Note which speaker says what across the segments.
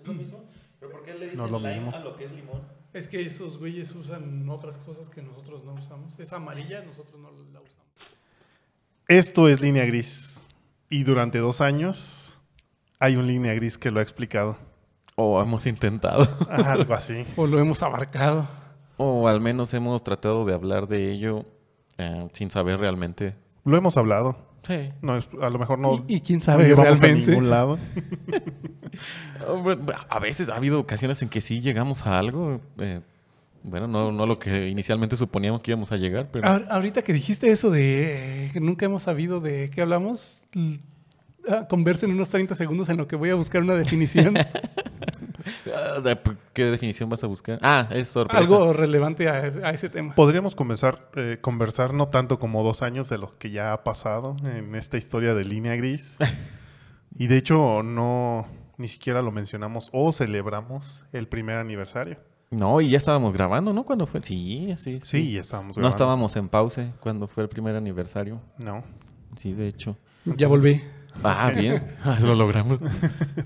Speaker 1: ¿Es lo mismo? ¿Pero por qué le dicen
Speaker 2: No es lo
Speaker 1: lime
Speaker 2: mismo.
Speaker 1: a lo que es limón?
Speaker 3: Es que esos güeyes usan otras cosas que nosotros no usamos. Es amarilla, nosotros no la usamos.
Speaker 2: Esto es línea gris. Y durante dos años hay un línea gris que lo ha explicado.
Speaker 4: O hemos intentado.
Speaker 2: Algo así.
Speaker 3: O lo hemos abarcado.
Speaker 4: o al menos hemos tratado de hablar de ello eh, sin saber realmente.
Speaker 2: Lo hemos hablado.
Speaker 4: Sí.
Speaker 2: No, es- a lo mejor no
Speaker 3: y, y quién sabe
Speaker 2: llevamos a
Speaker 3: realmente.
Speaker 2: ningún lado.
Speaker 4: Oh, A veces ha habido ocasiones en que sí llegamos a algo. eh, bueno, no, no lo que inicialmente suponíamos que íbamos a llegar, pero...
Speaker 3: Ahor- Ahorita que dijiste eso de eh, que nunca hemos sabido de qué hablamos, l- ah, conversen unos 30 segundos en lo que voy a buscar una definición.
Speaker 4: Ah, de- ¿Qué definición vas a buscar? Ah, es sorpresa.
Speaker 3: algo relevante a, a ese tema.
Speaker 2: Podríamos comenzar, eh, conversar no tanto como dos años de lo que ya ha pasado en esta historia de línea gris. Y de hecho, no ni siquiera lo mencionamos o celebramos el primer aniversario.
Speaker 4: No, y ya estábamos grabando, ¿no? Cuando fue? Sí, sí.
Speaker 2: Sí, ya estábamos
Speaker 4: No
Speaker 2: grabando.
Speaker 4: estábamos en pause cuando fue el primer aniversario.
Speaker 2: No.
Speaker 4: Sí, de hecho.
Speaker 3: ya volví.
Speaker 4: Ah, bien. Lo logramos.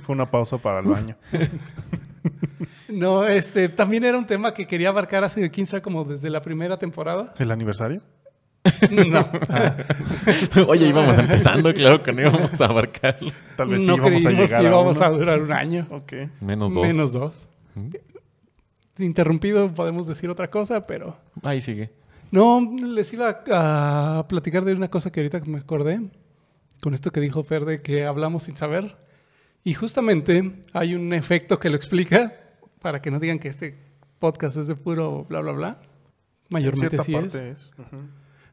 Speaker 2: Fue una pausa para el baño.
Speaker 3: No, este también era un tema que quería abarcar hace 15 como desde la primera temporada. Ah,
Speaker 2: ¿El aniversario?
Speaker 3: No,
Speaker 4: Oye, íbamos empezando, claro que no íbamos a abarcarlo.
Speaker 2: Tal vez
Speaker 3: no
Speaker 2: sí íbamos a
Speaker 3: creímos
Speaker 2: llegar
Speaker 3: que
Speaker 2: a,
Speaker 3: íbamos
Speaker 2: uno.
Speaker 3: a durar un año.
Speaker 2: Ok.
Speaker 4: Menos dos.
Speaker 3: Menos dos. Interrumpido, podemos decir otra cosa, pero.
Speaker 4: Ahí sigue.
Speaker 3: No, les iba a a platicar de una cosa que ahorita me acordé, con esto que dijo Fer de que hablamos sin saber. Y justamente hay un efecto que lo explica, para que no digan que este podcast es de puro bla, bla, bla.
Speaker 2: En
Speaker 3: Mayormente
Speaker 2: cierta
Speaker 3: sí es.
Speaker 2: parte es. ujú.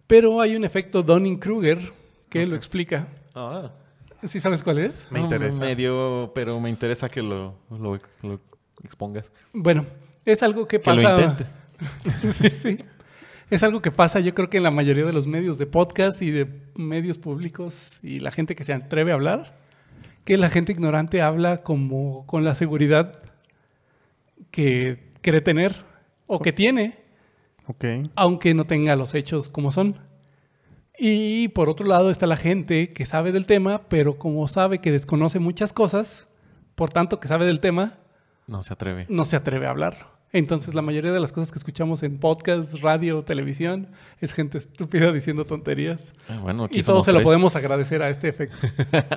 Speaker 3: Pero hay un efecto Dunning-Kruger que lo explica.
Speaker 4: Ah,
Speaker 3: ¿Sí sabes cuál es?
Speaker 2: Me interesa.
Speaker 4: Medio, pero me interesa que lo, lo, lo expongas.
Speaker 3: Bueno, es algo que
Speaker 4: Que
Speaker 3: pasa.
Speaker 4: lo intentes.
Speaker 3: sí. Es algo que pasa, yo creo que en la mayoría de los medios de podcast y de medios públicos y la gente que se atreve a hablar, que la gente ignorante habla como con la seguridad que cree tener o que tiene,
Speaker 2: Ok.
Speaker 3: aunque no tenga los hechos como son. Y por otro lado está la gente que sabe del tema, pero como sabe que desconoce muchas cosas, por tanto que sabe del tema,
Speaker 4: No se atreve.
Speaker 3: no se atreve a hablarlo. Entonces, la mayoría de las cosas que escuchamos en podcast, radio, televisión, es gente estúpida diciendo tonterías.
Speaker 4: Ah, bueno, aquí
Speaker 3: Y todos
Speaker 4: somos
Speaker 3: se lo
Speaker 4: tres.
Speaker 3: podemos agradecer a este efecto.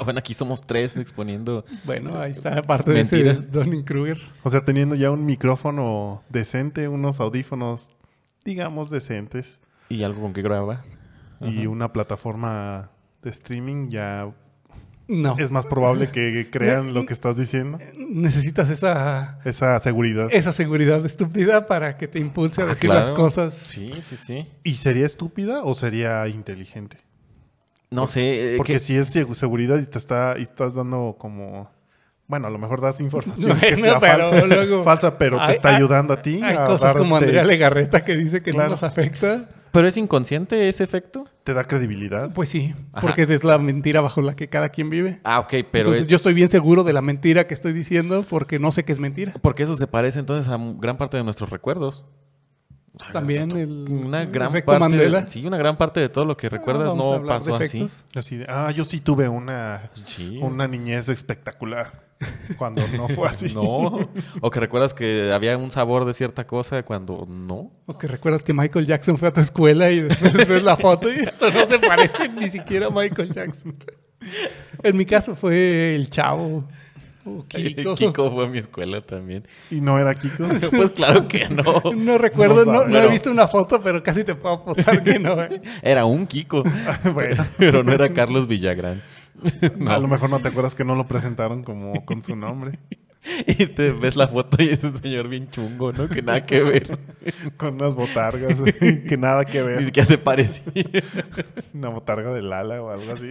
Speaker 4: bueno, aquí somos tres exponiendo.
Speaker 3: Bueno, ahí está parte de ese
Speaker 4: Mentiras.
Speaker 3: Donning Kruger.
Speaker 2: O sea, teniendo ya un micrófono decente, unos audífonos, digamos, decentes,
Speaker 4: Y algo con que grabar.
Speaker 2: y una plataforma de streaming, ya
Speaker 3: No.
Speaker 2: es más probable que crean lo que estás diciendo.
Speaker 3: Necesitas esa,
Speaker 2: Esa seguridad.
Speaker 3: esa seguridad estúpida para que te impulse a
Speaker 4: Ah,
Speaker 3: decir
Speaker 4: claro.
Speaker 3: las cosas.
Speaker 4: Sí, sí, sí.
Speaker 2: ¿Y sería estúpida o sería inteligente?
Speaker 4: No sé. eh,
Speaker 2: Porque
Speaker 4: que-
Speaker 2: si es segu- seguridad y te está, y estás dando como... Bueno, a lo mejor das información que
Speaker 3: Bueno,
Speaker 2: sea
Speaker 3: pero
Speaker 2: falsa,
Speaker 3: luego-
Speaker 2: falsa, pero te
Speaker 3: Hay-
Speaker 2: está
Speaker 3: hay-
Speaker 2: ayudando a ti.
Speaker 3: Hay
Speaker 2: a
Speaker 3: cosas como
Speaker 2: darte-
Speaker 3: Andrea Legarreta que dice que
Speaker 2: Claro.
Speaker 3: no nos afecta.
Speaker 4: ¿Pero es inconsciente ese efecto?
Speaker 2: Te da credibilidad.
Speaker 3: Pues sí,
Speaker 4: Ajá.
Speaker 3: porque esa es la mentira bajo la que cada quien vive.
Speaker 4: Ah, ok, pero
Speaker 3: Entonces,
Speaker 4: es-
Speaker 3: yo estoy bien seguro de la mentira que estoy diciendo porque no sé que es mentira.
Speaker 4: porque eso se parece entonces a m- gran parte de nuestros recuerdos. O sea,
Speaker 3: También el
Speaker 4: una gran
Speaker 3: efecto
Speaker 4: parte
Speaker 3: Mandela. Ah,
Speaker 4: De, sí, una gran parte de todo lo que recuerdas
Speaker 3: Vamos a
Speaker 4: no
Speaker 3: hablar de
Speaker 4: pasó así.
Speaker 3: efectos.
Speaker 2: Así de, ah, yo sí tuve una,
Speaker 4: Sí.
Speaker 2: una niñez espectacular. Cuando no fue así.
Speaker 4: No. O que recuerdas que había un sabor de cierta cosa cuando no.
Speaker 3: O que recuerdas que Michael Jackson fue a tu escuela y después ves la foto y esto no se parece ni siquiera a Michael Jackson. En mi caso fue el chavo. o Oh, Kiko.
Speaker 4: Kiko fue a mi escuela también.
Speaker 2: Y no era Kiko.
Speaker 4: Pues claro que no.
Speaker 3: No recuerdo,
Speaker 2: No
Speaker 3: no, no,
Speaker 2: sabe.
Speaker 3: he visto una foto, pero casi te puedo apostar que no. ¿eh?
Speaker 4: Era un Kiko.
Speaker 2: Bueno.
Speaker 4: Pero no era Carlos Villagrán.
Speaker 2: A lo mejor no te acuerdas que no lo presentaron como con su nombre.
Speaker 4: Y te ves la foto y es un señor bien chungo, ¿no? Que nada que ver.
Speaker 2: Con unas botargas que nada que
Speaker 4: Ni
Speaker 2: ver.
Speaker 4: siquiera se parecía.
Speaker 2: Una botarga de Lala o algo así.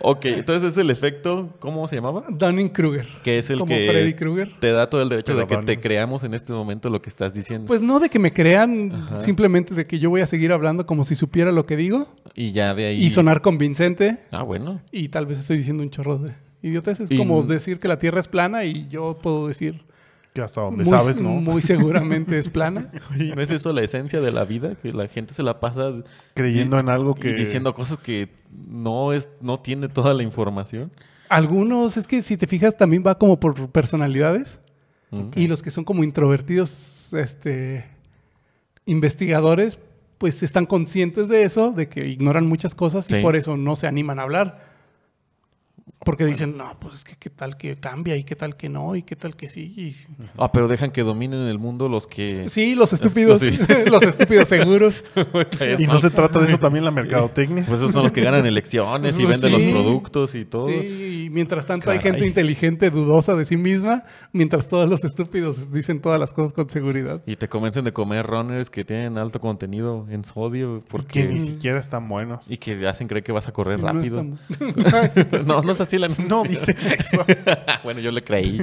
Speaker 4: Ok, entonces es el efecto, ¿cómo se llamaba?
Speaker 3: Dunning Kruger.
Speaker 4: Que es el
Speaker 3: Como
Speaker 4: que
Speaker 3: Freddy Krueger.
Speaker 4: te da todo el derecho
Speaker 2: Pero
Speaker 4: de que
Speaker 2: Donnie.
Speaker 4: te creamos en este momento lo que estás diciendo.
Speaker 3: Pues no de que me crean, simplemente de que yo voy a seguir hablando como si supiera lo que digo
Speaker 4: y ya de ahí.
Speaker 3: y sonar convincente.
Speaker 4: Ah, bueno.
Speaker 3: Y tal vez estoy diciendo un chorro de idioteces.
Speaker 4: Y-
Speaker 3: Como decir que la Tierra es plana y yo puedo decir
Speaker 2: Que hasta donde
Speaker 3: muy,
Speaker 2: sabes, ¿no?
Speaker 3: muy seguramente es plana.
Speaker 4: ¿Y ¿No es eso la esencia de la vida? Que la gente se la pasa
Speaker 2: Creyendo en algo
Speaker 4: y
Speaker 2: que...
Speaker 4: diciendo cosas que no es no tiene toda la información.
Speaker 3: Algunos, es que si te fijas, también va como por personalidades.
Speaker 4: Mm.
Speaker 3: Y los que son como introvertidos, este, investigadores, pues están conscientes de eso, de que ignoran muchas cosas
Speaker 4: Sí.
Speaker 3: y por eso no se animan a hablar. Porque dicen, no, pues es que qué tal que cambia y qué tal que no y qué tal que sí. y-
Speaker 4: Ah, pero dejan que dominen el mundo los que...
Speaker 3: Sí, los
Speaker 4: los-
Speaker 3: estúpidos,
Speaker 4: sí.
Speaker 3: los estúpidos seguros.
Speaker 2: Y no se trata de eso también la mercadotecnia.
Speaker 4: Pues esos son los que ganan elecciones y
Speaker 3: Pues
Speaker 4: venden los
Speaker 3: sí.
Speaker 4: productos y todo.
Speaker 3: Sí, y mientras tanto hay
Speaker 4: Caray.
Speaker 3: gente inteligente, dudosa de sí misma, mientras todos los estúpidos dicen todas las cosas con seguridad.
Speaker 4: Y te comencen de comer runners que tienen alto contenido en sodio
Speaker 2: Porque ni
Speaker 4: porque...
Speaker 2: siquiera están buenos.
Speaker 4: Y que hacen creer que vas a correr
Speaker 3: Y no
Speaker 4: rápido.
Speaker 3: estamos-
Speaker 4: No, no es así la anuncio.
Speaker 2: No dice eso.
Speaker 4: bueno, yo le creí.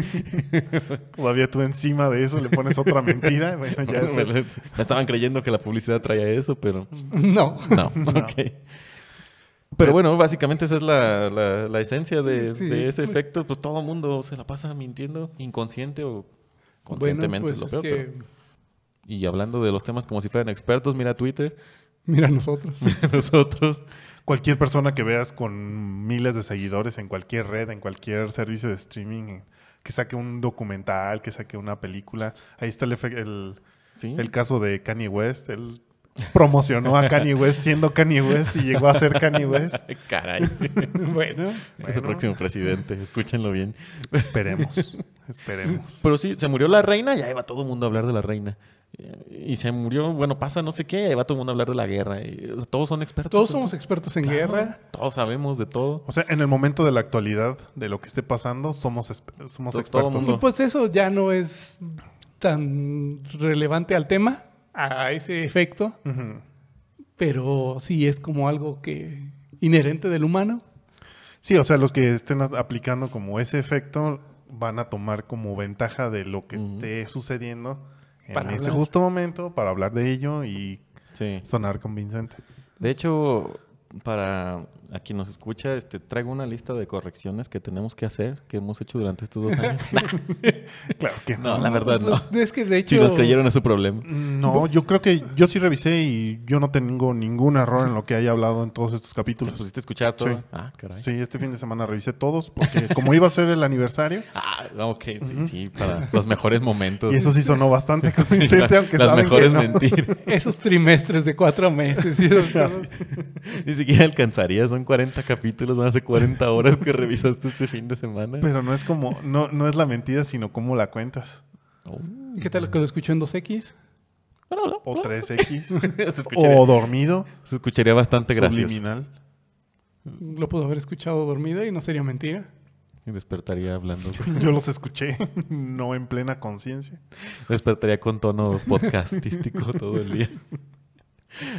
Speaker 2: Todavía tú encima de eso le pones otra mentira. Bueno, ya es
Speaker 4: me, me estaban creyendo que la publicidad traía eso, pero
Speaker 3: no.
Speaker 4: no. ok. Pero bueno, básicamente esa es la, la- la esencia de,
Speaker 3: Sí.
Speaker 4: de ese efecto. Pues todo mundo se la pasa mintiendo, inconsciente o conscientemente.
Speaker 3: Bueno,
Speaker 4: es lo
Speaker 3: pues
Speaker 4: peor,
Speaker 3: es que-
Speaker 4: pero- Y hablando de los temas como si fueran expertos, mira Twitter,
Speaker 3: Mira nosotros.
Speaker 4: nosotros.
Speaker 2: Cualquier persona que veas con miles de seguidores en cualquier red, en cualquier servicio de streaming, en- que saque un documental, que saque una película. Ahí está el, efe- el,
Speaker 4: Sí.
Speaker 2: el caso de Kanye West. Él promocionó a Kanye West siendo Kanye West y llegó a ser Kanye West.
Speaker 4: Caray.
Speaker 3: bueno.
Speaker 4: Ese próximo presidente, escúchenlo bien.
Speaker 2: Esperemos, esperemos.
Speaker 4: Pero sí, se murió la reina y ahí va todo el mundo a hablar de la reina. Y se murió, bueno, pasa no sé qué, y ahí va todo el mundo a hablar de la guerra. Y, o sea, todos son expertos.
Speaker 3: Todos
Speaker 4: en
Speaker 3: somos expertos en
Speaker 4: todo.
Speaker 3: guerra.
Speaker 4: Todos sabemos de todo.
Speaker 2: O sea, en el momento de la actualidad, de lo que esté pasando, somos, espe- somos
Speaker 4: To- todo
Speaker 2: expertos.
Speaker 4: mundo.
Speaker 3: Y pues eso ya no es tan relevante al tema, a ese efecto,
Speaker 2: Ujú.
Speaker 3: pero sí es como algo que inherente del humano.
Speaker 2: Sí, o sea, los que estén a- aplicando como ese efecto van a tomar como ventaja de lo que
Speaker 4: Ujú.
Speaker 2: esté sucediendo en
Speaker 3: Para
Speaker 2: ese
Speaker 3: hablar.
Speaker 2: justo momento para hablar de ello y
Speaker 4: Sí.
Speaker 2: sonar convincente.
Speaker 4: De hecho, para a quien nos escucha, este, traigo una lista de correcciones que tenemos que hacer, que hemos hecho durante estos dos años.
Speaker 2: Claro que no.
Speaker 4: no, la verdad Pues, no.
Speaker 3: Los- Pues, Es que de hecho...
Speaker 4: Si nos creyeron es su problema.
Speaker 2: No, yo creo que yo sí revisé y yo no tengo ningún error en lo que haya hablado en todos estos
Speaker 4: ¿Te
Speaker 2: capítulos.
Speaker 4: pusiste a escuchar todo?
Speaker 2: Sí.
Speaker 4: Ah, caray.
Speaker 2: Sí, este fin de semana revisé todos porque como iba a ser el aniversario
Speaker 4: Ah, ok, sí, sí, para los mejores momentos.
Speaker 2: y eso sí sonó bastante
Speaker 4: Pues, Sí,
Speaker 2: consistente,
Speaker 4: la-
Speaker 2: aunque
Speaker 4: las
Speaker 2: saben
Speaker 4: mejores
Speaker 2: que no.
Speaker 4: mentiras.
Speaker 3: Esos trimestres de cuatro meses. y esas cosas.
Speaker 4: Ni siquiera alcanzaría, son 40 capítulos, van a ser 40 horas que revisaste este fin de semana.
Speaker 2: Pero no es como, no, no es la mentira, sino cómo la cuentas.
Speaker 4: Oh.
Speaker 3: ¿Qué tal que lo escuchó en 2X?
Speaker 2: O 3X.
Speaker 4: se, escucharía,
Speaker 2: o dormido.
Speaker 4: se escucharía bastante gracioso.
Speaker 2: Subliminal.
Speaker 3: Lo pudo haber escuchado dormido y no sería mentira.
Speaker 4: Y despertaría hablando.
Speaker 2: Yo los escuché, no en plena conciencia.
Speaker 4: despertaría con tono podcastístico todo el día.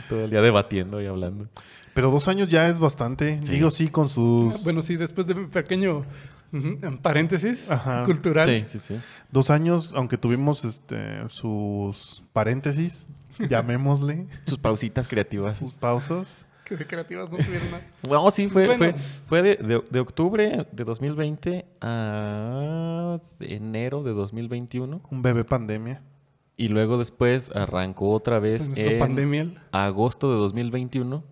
Speaker 4: todo el día debatiendo y hablando.
Speaker 2: Pero dos años ya es bastante.
Speaker 4: Sí.
Speaker 2: Digo, sí, con sus.
Speaker 3: Ah, Bueno, sí, después de mi pequeño ujú, en paréntesis
Speaker 2: Ajá.
Speaker 3: cultural.
Speaker 4: Sí, sí, sí.
Speaker 2: Dos años, aunque tuvimos este, sus paréntesis, llamémosle,
Speaker 4: Sus pausitas creativas.
Speaker 2: sus pausas.
Speaker 3: Que de creativas no tuvieron nada.
Speaker 4: No, sí, fue,
Speaker 3: Bueno.
Speaker 4: fue, fue de, de- de octubre de 2020 a enero de 2021.
Speaker 2: Un bebé pandemia.
Speaker 4: Y luego después arrancó otra vez
Speaker 3: Nuestro
Speaker 4: en
Speaker 3: pandemial.
Speaker 4: agosto de 2021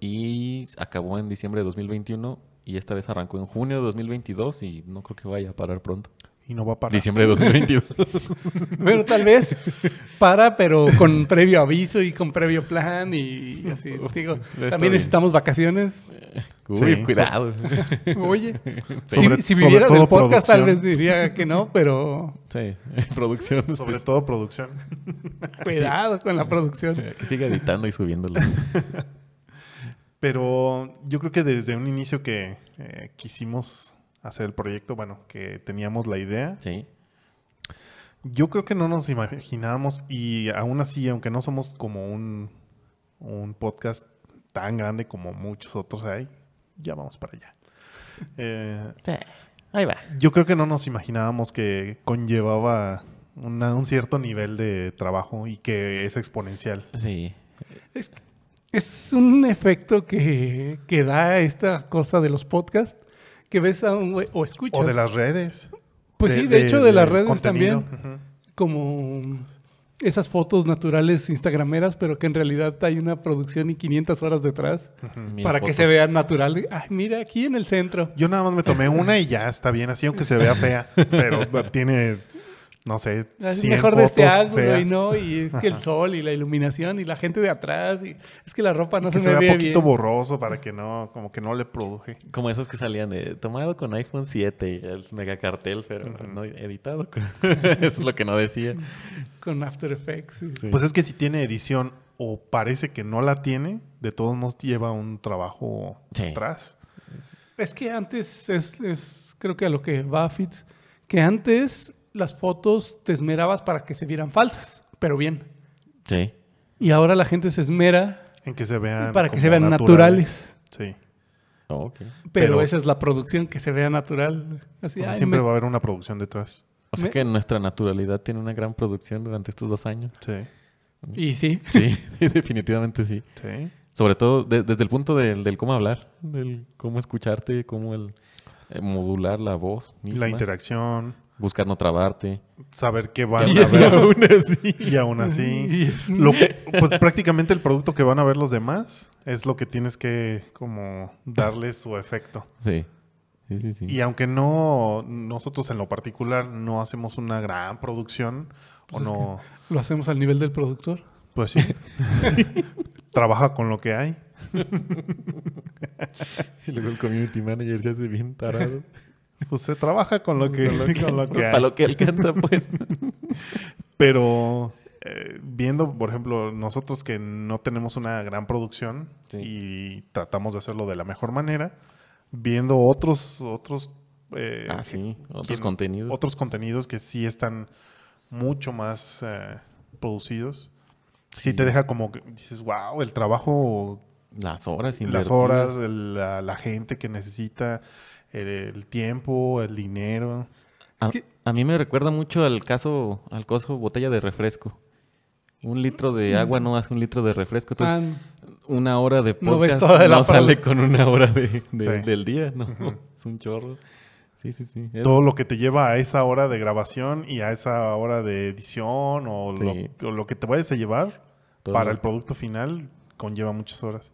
Speaker 4: y acabó en diciembre de 2021 y esta vez arrancó en junio de 2022 y no creo que vaya a parar pronto.
Speaker 2: Y no va a parar.
Speaker 4: Diciembre de 2022.
Speaker 3: Bueno, tal vez para, pero con previo aviso y con previo plan y así. Digo,
Speaker 4: Está
Speaker 3: también
Speaker 4: bien.
Speaker 3: necesitamos vacaciones.
Speaker 4: Uy,
Speaker 2: Sí,
Speaker 4: cuidado.
Speaker 3: Oye, si-
Speaker 2: Sobre-
Speaker 3: si,
Speaker 2: sobre
Speaker 3: viviera del
Speaker 2: todo
Speaker 3: podcast tal
Speaker 2: producción.
Speaker 3: vez diría que no, pero
Speaker 4: Sí, producción.
Speaker 2: Sobre
Speaker 4: pues,
Speaker 2: todo producción.
Speaker 3: cuidado con la producción.
Speaker 4: Que siga editando y subiéndolo.
Speaker 2: Pero yo creo que desde un inicio que eh, quisimos hacer el proyecto, bueno, que teníamos la idea,
Speaker 4: Sí.
Speaker 2: Yo creo que no nos imaginábamos y aún así, aunque no somos como un, un podcast tan grande como muchos otros hay, ya vamos para allá. Eh,
Speaker 4: Sí, Ahí va.
Speaker 2: yo creo que no nos imaginábamos que conllevaba una- un cierto nivel de trabajo y que es exponencial.
Speaker 4: Sí.
Speaker 3: Es, es un efecto que, que da esta cosa de los podcasts que ves a un güey o escuchas.
Speaker 2: O de las redes.
Speaker 3: pues sí, de hecho de, las redes
Speaker 2: contenido.
Speaker 3: también
Speaker 2: Ujú.
Speaker 3: como esas fotos naturales instagrameras, pero que en realidad hay una producción y 500 horas detrás
Speaker 4: Mil
Speaker 3: para que
Speaker 4: fotos.
Speaker 3: se vea natural. De, Ay, mira, aquí en el centro.
Speaker 2: Yo nada más me tomé una y ya está bien, así aunque se vea fea, pero tiene, no sé,
Speaker 3: Es
Speaker 2: 100
Speaker 3: mejor de este
Speaker 2: fotos
Speaker 3: ángulo y
Speaker 2: feas.
Speaker 3: no, y es que el sol y la iluminación y la gente de atrás, y es que la ropa no
Speaker 2: que
Speaker 3: se,
Speaker 2: se vea
Speaker 3: me ve bien.
Speaker 2: poquito borroso para que no, como que no le produje.
Speaker 4: Como esos que salían de tomado con iPhone 7, y el mega cartel, pero no editado. con- Eso es lo que no decía.
Speaker 3: Con After Effects. y-
Speaker 2: Pues es que si tiene edición o parece que no la tiene, de todos modos lleva un trabajo
Speaker 4: Sí.
Speaker 2: atrás.
Speaker 3: Es que antes, es, es creo que a lo que va Fitz, que antes las fotos te esmerabas para que se vieran falsas, pero bien.
Speaker 4: Sí.
Speaker 3: Y ahora la gente se esmera
Speaker 2: En que se vean.
Speaker 3: para que
Speaker 2: como
Speaker 3: se vean naturales.
Speaker 2: Sí.
Speaker 4: Oh, ok.
Speaker 3: Pero,
Speaker 2: Pero-
Speaker 3: esa es la producción, que se vea natural. Así,
Speaker 2: O sea,
Speaker 3: ay,
Speaker 2: siempre
Speaker 3: me-
Speaker 2: va a haber una producción detrás.
Speaker 4: O sea
Speaker 3: Me-
Speaker 4: que nuestra naturalidad tiene una gran producción durante estos dos años.
Speaker 2: Sí.
Speaker 3: Y sí,
Speaker 4: Sí, sí, definitivamente sí.
Speaker 2: Sí.
Speaker 4: Sobre todo de- desde el punto del, del cómo hablar, del cómo escucharte, cómo el, eh, modular la voz misma,
Speaker 2: La interacción,
Speaker 4: buscar no trabarte.
Speaker 2: saber qué van
Speaker 4: Y
Speaker 2: a
Speaker 4: es
Speaker 2: ver.
Speaker 4: aún así.
Speaker 2: Y aún así.
Speaker 3: Y es-
Speaker 2: lo que- pues prácticamente el producto que van a ver los demás es lo que tienes que como darle su efecto.
Speaker 4: Sí. Sí, sí, sí.
Speaker 2: Y aunque no, nosotros en lo particular no hacemos una gran producción,
Speaker 3: Pues
Speaker 2: o
Speaker 3: es
Speaker 2: no,
Speaker 3: lo hacemos al nivel del productor.
Speaker 2: pues sí. Trabaja con lo que hay.
Speaker 4: Y luego el community manager se hace bien tarado.
Speaker 2: Pues se trabaja con lo que, con lo que
Speaker 4: Para
Speaker 2: hay.
Speaker 4: lo que alcanza, pues.
Speaker 2: Pero eh, viendo, por ejemplo, nosotros que no tenemos una gran producción
Speaker 4: Sí.
Speaker 2: y tratamos de hacerlo de la mejor manera, viendo otros, otros, eh,
Speaker 4: ah,
Speaker 2: que-
Speaker 4: sí. Otros
Speaker 2: quien-
Speaker 4: contenidos.
Speaker 2: otros contenidos que sí están mucho más eh, producidos. Sí.
Speaker 4: Sí.
Speaker 2: te deja como que dices, wow, el trabajo,
Speaker 4: Las horas.
Speaker 2: las
Speaker 4: invertidas.
Speaker 2: horas, el- la, la gente que necesita, el, el tiempo, el dinero.
Speaker 4: A,
Speaker 3: Es que-
Speaker 4: a mí me recuerda mucho al caso, al caso botella de refresco. Un litro de agua no hace un litro de refresco. Entonces,
Speaker 3: Ah,
Speaker 4: una hora de
Speaker 3: No ves
Speaker 4: podcast
Speaker 3: toda
Speaker 4: no,
Speaker 3: la
Speaker 4: sale
Speaker 3: produ-
Speaker 4: con una hora de, de-
Speaker 2: Sí.
Speaker 4: del día, ¿no? Es un chorro. Sí, sí, sí. Es-
Speaker 2: Todo lo que te lleva a esa hora de grabación y a esa hora de edición o,
Speaker 4: Sí.
Speaker 2: lo, o lo que te vayas a llevar
Speaker 4: todo
Speaker 2: para
Speaker 4: lo-
Speaker 2: el producto final conlleva muchas horas.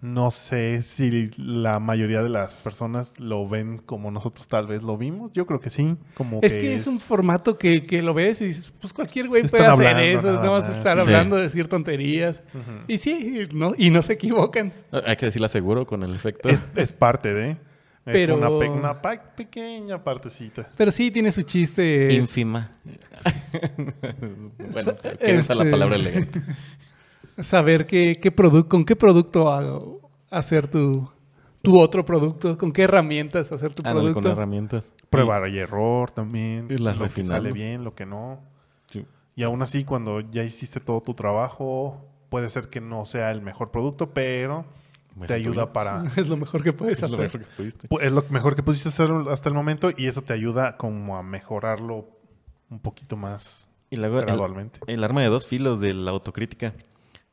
Speaker 2: No sé si la mayoría de las personas lo ven como nosotros tal vez lo vimos. Yo creo que sí. Como
Speaker 3: Es que es un formato que, que lo ves y dices, pues cualquier güey
Speaker 2: Están
Speaker 3: puede hacer
Speaker 2: hablando
Speaker 3: eso,
Speaker 2: nada
Speaker 3: no vas a
Speaker 2: más.
Speaker 3: estar
Speaker 4: Sí.
Speaker 3: hablando, de decir tonterías. Y sí, y no, y no se equivocan.
Speaker 4: Ah, Hay que decirla seguro con el efecto.
Speaker 2: es, es parte de.
Speaker 3: Pero-
Speaker 2: Es una, pe- una pa- pequeña partecita.
Speaker 3: Pero sí tiene su chiste.
Speaker 4: Ínfima. bueno,
Speaker 3: Sa-
Speaker 4: que no está la
Speaker 3: este-
Speaker 4: palabra elegante.
Speaker 3: saber qué, qué produ- con qué producto ha- hacer tu, tu otro producto, con qué herramientas hacer tu
Speaker 4: Ándale, Ah, con
Speaker 3: producto.
Speaker 4: herramientas.
Speaker 2: Prueba y error también.
Speaker 4: Y las
Speaker 2: lo que
Speaker 4: refinando.
Speaker 2: sale bien, lo que no.
Speaker 4: Sí.
Speaker 2: Y aún así, cuando ya hiciste todo tu trabajo, puede ser que no sea el mejor producto, pero
Speaker 4: Pues
Speaker 2: te
Speaker 4: es
Speaker 2: ayuda
Speaker 4: tuyo.
Speaker 2: para.
Speaker 3: es lo mejor que puedes
Speaker 4: Es lo
Speaker 3: hacer.
Speaker 4: mejor que pudiste.
Speaker 2: pu- Es lo mejor que pudiste hacer hasta el momento y eso te ayuda como a mejorarlo un poquito más
Speaker 4: Y luego el,
Speaker 2: gradualmente.
Speaker 4: El arma de dos filos de la autocrítica.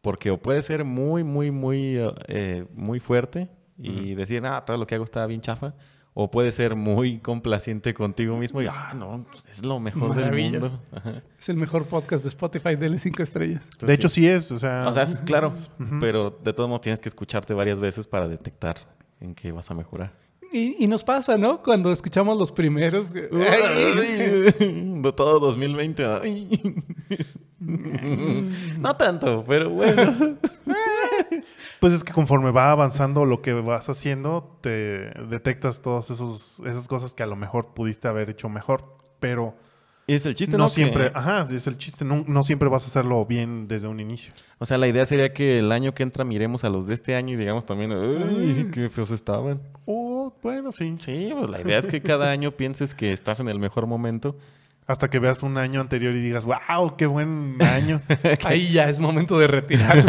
Speaker 4: Porque o puede ser muy, muy, muy, eh, muy fuerte y decir, ah, todo lo que hago está bien chafa. O puede ser muy complaciente contigo mismo y, ah, no, pues, es lo mejor
Speaker 3: Maravilla.
Speaker 4: del mundo. Ajá.
Speaker 3: Es el mejor podcast de Spotify, dele 5 estrellas.
Speaker 2: De hecho, sí ah, es. O sea,
Speaker 4: O sea, es claro, pero de todos modos tienes que escucharte varias veces para detectar en qué vas a mejorar.
Speaker 3: Y, y nos pasa, ¿no? Cuando escuchamos los primeros. eh, ay,
Speaker 4: De todo 2020. ay. No tanto, pero bueno.
Speaker 2: Pues es que conforme va avanzando lo que vas haciendo, te detectas todas esos, esas cosas que a lo mejor pudiste haber hecho mejor, pero
Speaker 4: Y es el chiste,
Speaker 2: no,
Speaker 4: ¿no? Que-
Speaker 2: siempre, ajá, sí, es el chiste, no, no siempre vas a hacerlo bien desde un inicio.
Speaker 4: O sea, la idea sería que el año que entra miremos a los de este año y digamos también, ¡ay, qué feos estaban!
Speaker 2: Oh, bueno, sí.
Speaker 4: Sí, pues la idea es que cada año pienses que estás en el mejor momento.
Speaker 2: Hasta que veas un año anterior y digas, wow, qué buen año.
Speaker 3: Ahí ya es momento de retirarlo.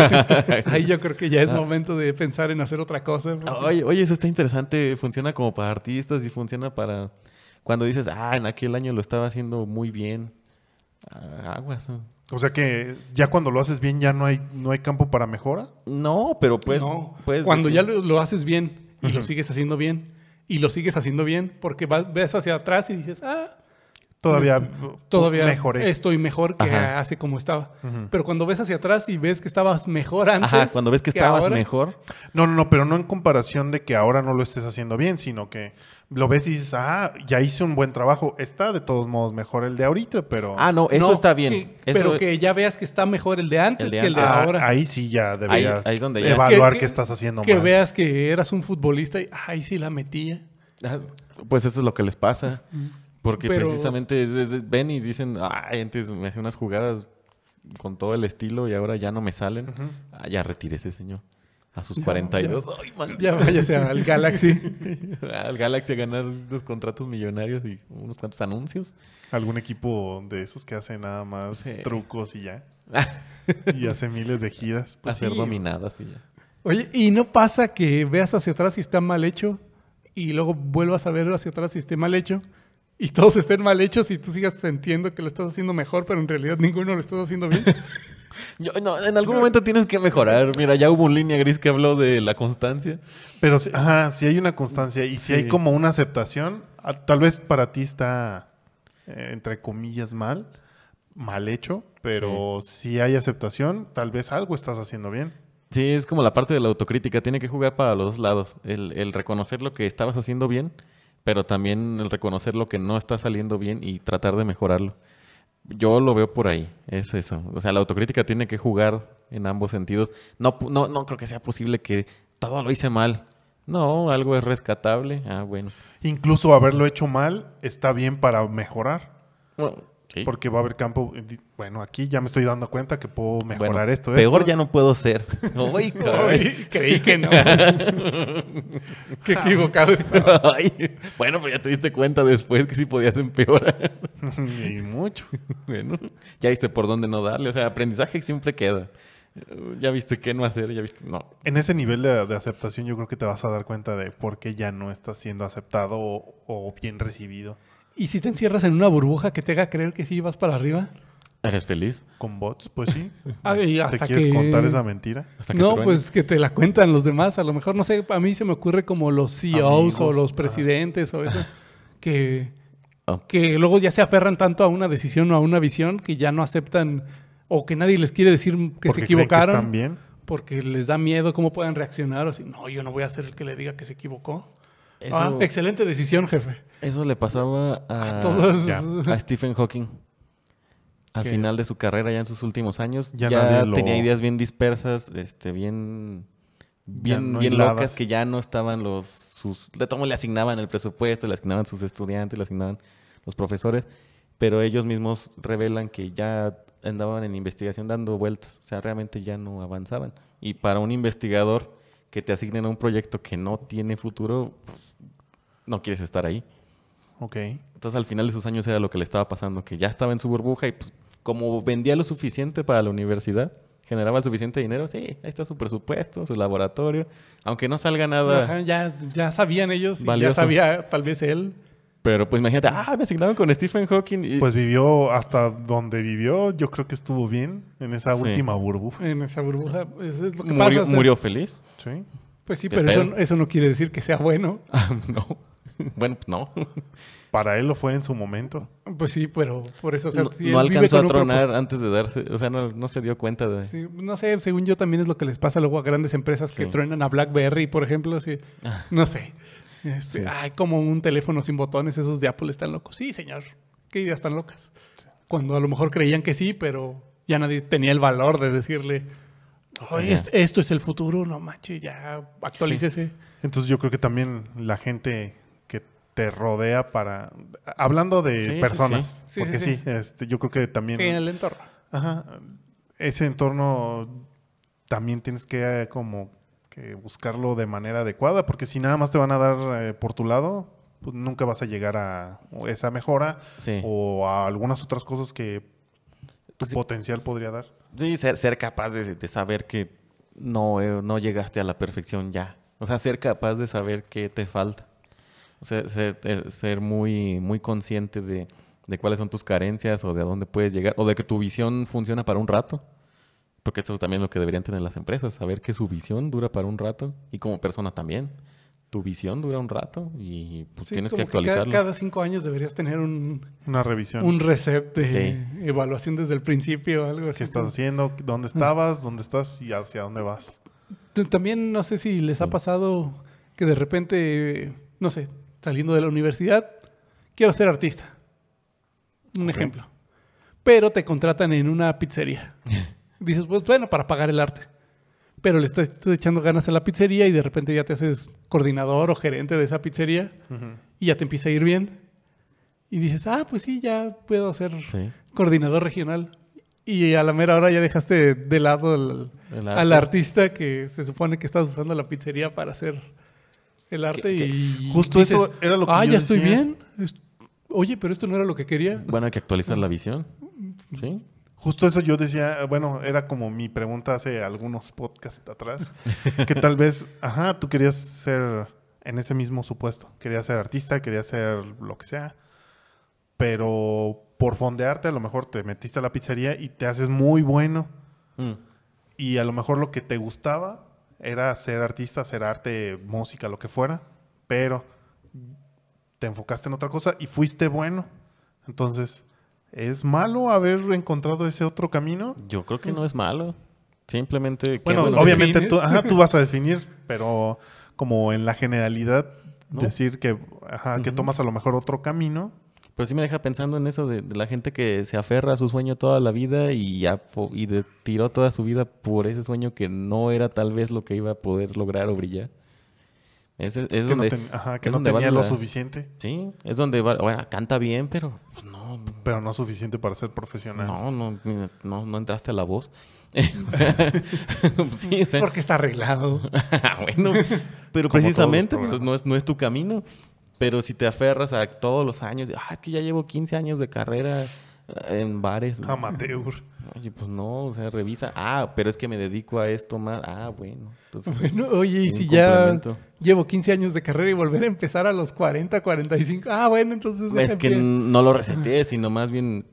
Speaker 3: Ahí yo creo que ya
Speaker 4: Ah.
Speaker 3: es momento de pensar en hacer otra cosa. porque-
Speaker 4: Oye, oye, eso está interesante. Funciona como para artistas y funciona para cuando dices, ah, en aquel año lo estaba haciendo muy bien. Ah, Aguas. ¿no?
Speaker 2: o sea que ya cuando lo haces bien ya no hay, no hay campo para mejora.
Speaker 4: No, pero pues.
Speaker 3: No,
Speaker 4: pues
Speaker 3: cuando
Speaker 4: decir-
Speaker 3: ya lo, lo haces bien y lo sigues haciendo bien y lo sigues haciendo bien porque vas- ves hacia atrás y dices, ah,
Speaker 2: Todavía,
Speaker 3: Todavía
Speaker 2: mejoré.
Speaker 3: estoy mejor que
Speaker 4: Ajá.
Speaker 3: hace como estaba.
Speaker 2: Ujú.
Speaker 3: Pero cuando ves hacia atrás y ves que estabas mejor antes.
Speaker 4: Ajá, cuando ves que estabas
Speaker 3: ahora,
Speaker 4: mejor.
Speaker 2: No, no, no, pero no en comparación de que ahora no lo estés haciendo bien, sino que lo ves y dices, ah, ya hice un buen trabajo. Está de todos modos mejor el de ahorita, pero
Speaker 4: Ah, no, eso
Speaker 3: no,
Speaker 4: está bien.
Speaker 3: que-
Speaker 4: Eso-
Speaker 3: pero que ya veas que está mejor el de antes
Speaker 4: El de
Speaker 3: que el de
Speaker 2: ah,
Speaker 3: ahora.
Speaker 2: ahí sí ya deberías
Speaker 4: ahí es donde ya-
Speaker 2: evaluar
Speaker 3: Que-
Speaker 2: qué estás haciendo
Speaker 3: que
Speaker 2: mal.
Speaker 3: veas que eras un futbolista y ay sí la metía.
Speaker 4: Ah, Pues eso es lo que les pasa. Porque
Speaker 3: Pero-
Speaker 4: precisamente es- es- ven y dicen, ay, antes me hacía unas jugadas con todo el estilo y ahora ya no me salen. Ah, ya retírese, señor. A sus 42. Ay, man.
Speaker 3: Ya váyase al Galaxy.
Speaker 4: Al Galaxy a ganar unos contratos millonarios y unos cuantos anuncios.
Speaker 2: Algún equipo de esos que hace nada más
Speaker 4: Sí.
Speaker 2: trucos y ya. y hace miles de giras.
Speaker 4: a
Speaker 2: Pues
Speaker 4: ser
Speaker 2: sí,
Speaker 4: dominadas y ya.
Speaker 3: Oye, ¿y no pasa que veas hacia atrás y está mal hecho? Y luego vuelvas a ver hacia atrás y esté mal hecho. Y todos estén mal hechos y tú sigas sintiendo que lo estás haciendo mejor, pero en realidad ninguno lo estás haciendo bien.
Speaker 4: Yo- no, en algún momento tienes que mejorar. Mira, ya hubo un línea gris que habló de la constancia.
Speaker 2: Pero si, ajá, si hay una constancia y si hay
Speaker 4: Sí.
Speaker 2: como una aceptación, ah, tal vez para ti está, eh, entre comillas, mal, mal hecho, pero si hay aceptación, tal vez algo estás haciendo bien.
Speaker 4: Sí, es como la parte de la autocrítica. Tiene que jugar para los dos lados. El, el reconocer lo que estabas haciendo bien, pero también el reconocer lo que no está saliendo bien y tratar de mejorarlo. Yo lo veo por ahí, es eso. O sea, la autocrítica tiene que jugar en ambos sentidos. No, pu- no, no creo que sea posible que todo lo hice mal. No, algo es rescatable. Ah, bueno.
Speaker 2: Incluso haberlo hecho mal está bien para mejorar,
Speaker 4: Bueno, sí.
Speaker 2: porque va a haber campo, eh, di- bueno, aquí ya me estoy dando cuenta que puedo mejorar
Speaker 4: Bueno,
Speaker 2: esto. ¿eh?
Speaker 4: Peor
Speaker 2: esto.
Speaker 4: ya no puedo ser. Ay, caray.
Speaker 3: Ay, creí que no. Qué equivocado estaba.
Speaker 4: Ay. Bueno, pero ya te diste cuenta después que sí podías empeorar.
Speaker 2: y mucho.
Speaker 4: Bueno, ya viste por dónde no darle. O sea, aprendizaje siempre queda. Eh, Ya viste qué no hacer, ya viste. No.
Speaker 2: En ese nivel de, de aceptación yo creo que te vas a dar cuenta de por qué ya no estás siendo aceptado o- o bien recibido
Speaker 3: ¿Y si te encierras en una burbuja que te haga creer que sí vas para arriba?
Speaker 4: ¿Eres feliz?
Speaker 2: con bots, pues sí.
Speaker 3: Ah, y
Speaker 2: ¿Te
Speaker 3: hasta
Speaker 2: quieres
Speaker 3: que-
Speaker 2: contar esa mentira?
Speaker 4: Hasta que te
Speaker 3: No,
Speaker 4: truene.
Speaker 3: pues que te la cuentan los demás. A lo mejor, no sé, a mí se me ocurre como los CEOs o
Speaker 2: Amigos,
Speaker 3: los
Speaker 2: ajá.
Speaker 3: presidentes o eso, que,
Speaker 4: Ah.
Speaker 3: que luego ya se aferran tanto a una decisión o a una visión que ya no aceptan o que nadie les quiere decir que se
Speaker 2: Porque creen
Speaker 3: equivocaron
Speaker 2: están bien.
Speaker 3: porque les da miedo cómo puedan reaccionar o así. No, yo no voy a ser el que le diga que se equivocó.
Speaker 4: Eso,
Speaker 3: Ah, excelente decisión, jefe.
Speaker 4: eso le pasaba a,
Speaker 3: Todos-
Speaker 2: ya.
Speaker 4: a Stephen Hawking. Al
Speaker 2: Que-
Speaker 4: final de su carrera, ya en sus últimos años, ya,
Speaker 2: Ya nadie lo-
Speaker 4: tenía ideas bien dispersas, este, bien, bien,
Speaker 2: no
Speaker 4: bien
Speaker 2: hiladas.
Speaker 4: locas, que ya no estaban los sus. De todo modo le asignaban el presupuesto, le asignaban sus estudiantes, le asignaban los profesores, pero ellos mismos revelan que ya andaban en investigación dando vueltas, o sea, realmente ya no avanzaban. Y para un investigador que te asignen a un proyecto que no tiene futuro, pues, no quieres estar ahí.
Speaker 2: Ok.
Speaker 4: Entonces al final de sus años era lo que le estaba pasando, que ya estaba en su burbuja y pues como vendía lo suficiente para la universidad, generaba el suficiente dinero, sí, ahí está su presupuesto, su laboratorio, aunque no salga nada,
Speaker 3: Ajá, ya, ya sabían ellos, y ya
Speaker 4: Valioso.
Speaker 3: sabía tal vez él.
Speaker 4: pero pues imagínate, ah, me asignaron con Stephen Hawking y
Speaker 2: Pues vivió hasta donde vivió. Yo creo que estuvo bien en esa
Speaker 4: Sí.
Speaker 2: última burbuja.
Speaker 3: En esa burbuja, eso es lo que pasa,
Speaker 4: murió,
Speaker 3: o sea,
Speaker 4: murió feliz.
Speaker 2: Sí.
Speaker 3: Pues sí,
Speaker 4: Yo
Speaker 3: pero eso,
Speaker 4: espero.
Speaker 3: eso no quiere decir que sea bueno.
Speaker 4: Ah, no. Bueno, pues no.
Speaker 2: Para él lo fue en su momento.
Speaker 3: Pues sí, pero por eso, o sea,
Speaker 4: no,
Speaker 3: si
Speaker 4: no
Speaker 3: él vive
Speaker 4: alcanzó
Speaker 3: con
Speaker 4: a
Speaker 3: un propo-
Speaker 4: tronar antes de darse, o sea, no, no se dio cuenta de...
Speaker 3: Sí, no sé, según yo también es lo que les pasa luego a grandes empresas que
Speaker 4: Sí. Ah.
Speaker 3: truenan a BlackBerry, por ejemplo, así, no sé. Este,
Speaker 4: Sí.
Speaker 3: Ay, como un teléfono sin botones, esos de Apple están locos. Sí, señor, qué ideas tan locas. Cuando a lo mejor creían que sí, pero ya nadie tenía el valor de decirle, oye,
Speaker 4: Ya.
Speaker 3: est- esto es el futuro, no manches, ya actualícese.
Speaker 2: Entonces yo creo que también la gente que te rodea para... Hablando de
Speaker 4: Sí, sí,
Speaker 2: personas.
Speaker 3: sí. Sí,
Speaker 2: porque
Speaker 3: sí,
Speaker 2: sí,
Speaker 3: sí.
Speaker 2: Este, yo creo que también...
Speaker 3: Sí, en el entorno.
Speaker 2: Ajá. Ese entorno también tienes que eh, como que buscarlo de manera adecuada, porque si nada más te van a dar eh, por tu lado, pues nunca vas a llegar a esa mejora
Speaker 4: Sí.
Speaker 2: o a algunas otras cosas que tu
Speaker 4: Sí.
Speaker 2: potencial podría dar.
Speaker 4: Sí, ser, ser capaz de, de saber que no, eh, no llegaste a la perfección ya. O sea, ser capaz de saber qué te falta. O sea, ser, eh, ser muy, muy consciente de, de cuáles son tus carencias o de a dónde puedes llegar o de que tu visión funciona para un rato. Porque eso es también lo que deberían tener las empresas, saber que su visión dura para un rato y como persona también. tu visión dura un rato y pues,
Speaker 3: Sí,
Speaker 4: tienes que
Speaker 3: como ca-
Speaker 4: actualizarlo.
Speaker 3: Cada, cinco años deberías tener un,
Speaker 2: Una revisión.
Speaker 3: un reset de
Speaker 4: Sí.
Speaker 3: evaluación desde el principio, algo así.
Speaker 2: ¿Qué estás haciendo?
Speaker 4: Mm.
Speaker 2: ¿Dónde estabas? ¿Dónde estás? ¿Y hacia dónde vas?
Speaker 3: Tú También no sé si les ha
Speaker 4: Sí.
Speaker 3: pasado que de repente, no sé, saliendo de la universidad, quiero ser artista. Un
Speaker 4: Ok.
Speaker 3: ejemplo. Pero te contratan en una pizzería. Dices, pues bueno, para pagar el arte. Pero le estás estás echando ganas a la pizzería y de repente ya te haces coordinador o gerente de esa pizzería y ya te empieza a ir bien. Y dices, ah, pues sí, ya puedo ser
Speaker 4: Sí.
Speaker 3: coordinador regional. Y a la mera hora ya dejaste de lado al-
Speaker 4: El
Speaker 3: al
Speaker 4: arte.
Speaker 3: artista que se supone que estás usando la pizzería para hacer el arte
Speaker 4: que-
Speaker 3: y
Speaker 2: justo eso era lo que
Speaker 3: ah
Speaker 2: yo
Speaker 3: ya estoy
Speaker 2: decía".
Speaker 3: bien Es- oye pero esto no era lo que quería
Speaker 4: Bueno, hay que actualizar la visión.
Speaker 3: Mm.
Speaker 4: Sí.
Speaker 2: Justo eso yo decía, bueno, era como mi pregunta hace algunos podcasts atrás, que tal vez, ajá, tú querías ser en ese mismo supuesto, querías ser artista, querías ser lo que sea, pero por fondearte a lo mejor te metiste a la pizzería y te haces muy bueno
Speaker 4: Mm.
Speaker 2: y a lo mejor lo que te gustaba era ser artista, hacer arte, música, lo que fuera, pero te enfocaste en otra cosa y fuiste bueno. Entonces, ¿es malo haber encontrado ese otro camino?
Speaker 4: Yo creo que no es malo. Simplemente. qué
Speaker 2: Pues Bueno,
Speaker 3: bueno,
Speaker 2: obviamente tú,
Speaker 3: defines.
Speaker 2: ajá, tú vas a definir, pero como en la generalidad,
Speaker 4: No.
Speaker 2: decir que, ajá, que
Speaker 4: Ujú.
Speaker 2: tomas a lo mejor otro camino.
Speaker 4: Pero sí me deja pensando en eso de, de la gente que se aferra a su sueño toda la vida y ya po- y de- tiró toda su vida por ese sueño que no era tal vez lo que iba a poder lograr o brillar. Ese- es
Speaker 2: que
Speaker 4: donde,
Speaker 2: no, ten- ajá, que
Speaker 4: es
Speaker 2: no
Speaker 4: donde
Speaker 2: tenía
Speaker 4: vale
Speaker 2: lo
Speaker 4: la-
Speaker 2: suficiente,
Speaker 4: Sí, es donde va- bueno, canta bien, pero pues, no,
Speaker 2: pero no suficiente para ser profesional.
Speaker 4: no, no, ni- no, no entraste a la voz. o sea, sí, o sea,
Speaker 3: porque está arreglado
Speaker 4: bueno, pero
Speaker 2: Como
Speaker 4: precisamente
Speaker 2: todos los
Speaker 4: pues, no, es, no es tu camino. Pero si te aferras a todos los años, ah, es que ya llevo 15 años de carrera eh, en bares.
Speaker 2: Amateur.
Speaker 4: Oye, pues no, o sea, revisa. Ah, pero es que me dedico a esto más. Ah, bueno. Entonces,
Speaker 3: bueno oye y
Speaker 4: un
Speaker 3: si ya
Speaker 4: complemento.
Speaker 3: llevo 15 años de carrera y volver a empezar a los 40 45 ah bueno entonces
Speaker 4: pues, Es
Speaker 3: deja
Speaker 4: que
Speaker 3: empiezo.
Speaker 4: no lo reseteé, sino más bien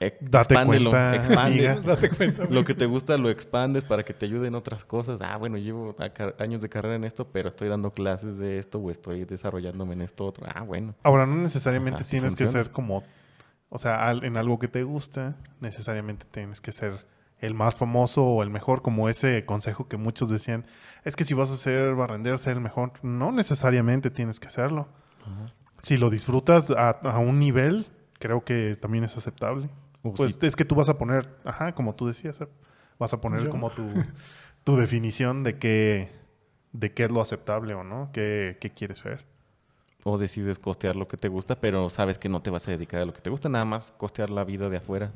Speaker 4: ex-
Speaker 2: Date
Speaker 4: expándelo,
Speaker 2: cuenta,
Speaker 4: expande.
Speaker 2: amiga.
Speaker 3: date cuenta
Speaker 4: Lo que te gusta lo expandes para que te ayuden otras cosas. Ah, bueno, llevo aca- años de carrera en esto, pero estoy dando clases de esto o estoy desarrollándome en esto otro. Ah, bueno.
Speaker 2: Ahora, no necesariamente
Speaker 4: Ajá, sí
Speaker 2: tienes que
Speaker 4: funciona.
Speaker 2: ser como, o sea, al- en algo que te gusta, necesariamente tienes que ser el más famoso o el mejor, como ese consejo que muchos decían, es que si vas a ser barrender, ser el mejor, no necesariamente tienes que serlo. Si lo disfrutas a, a un nivel, creo que también es aceptable.
Speaker 4: O
Speaker 2: pues
Speaker 4: si-
Speaker 2: es que tú vas a poner, ajá, como tú decías, Ep, vas a poner
Speaker 3: Yo.
Speaker 2: como tu, tu definición de qué, de qué es lo aceptable o no, qué, qué quieres ser.
Speaker 4: O decides costear lo que te gusta, pero sabes que no te vas a dedicar a lo que te gusta, nada más costear la vida de afuera.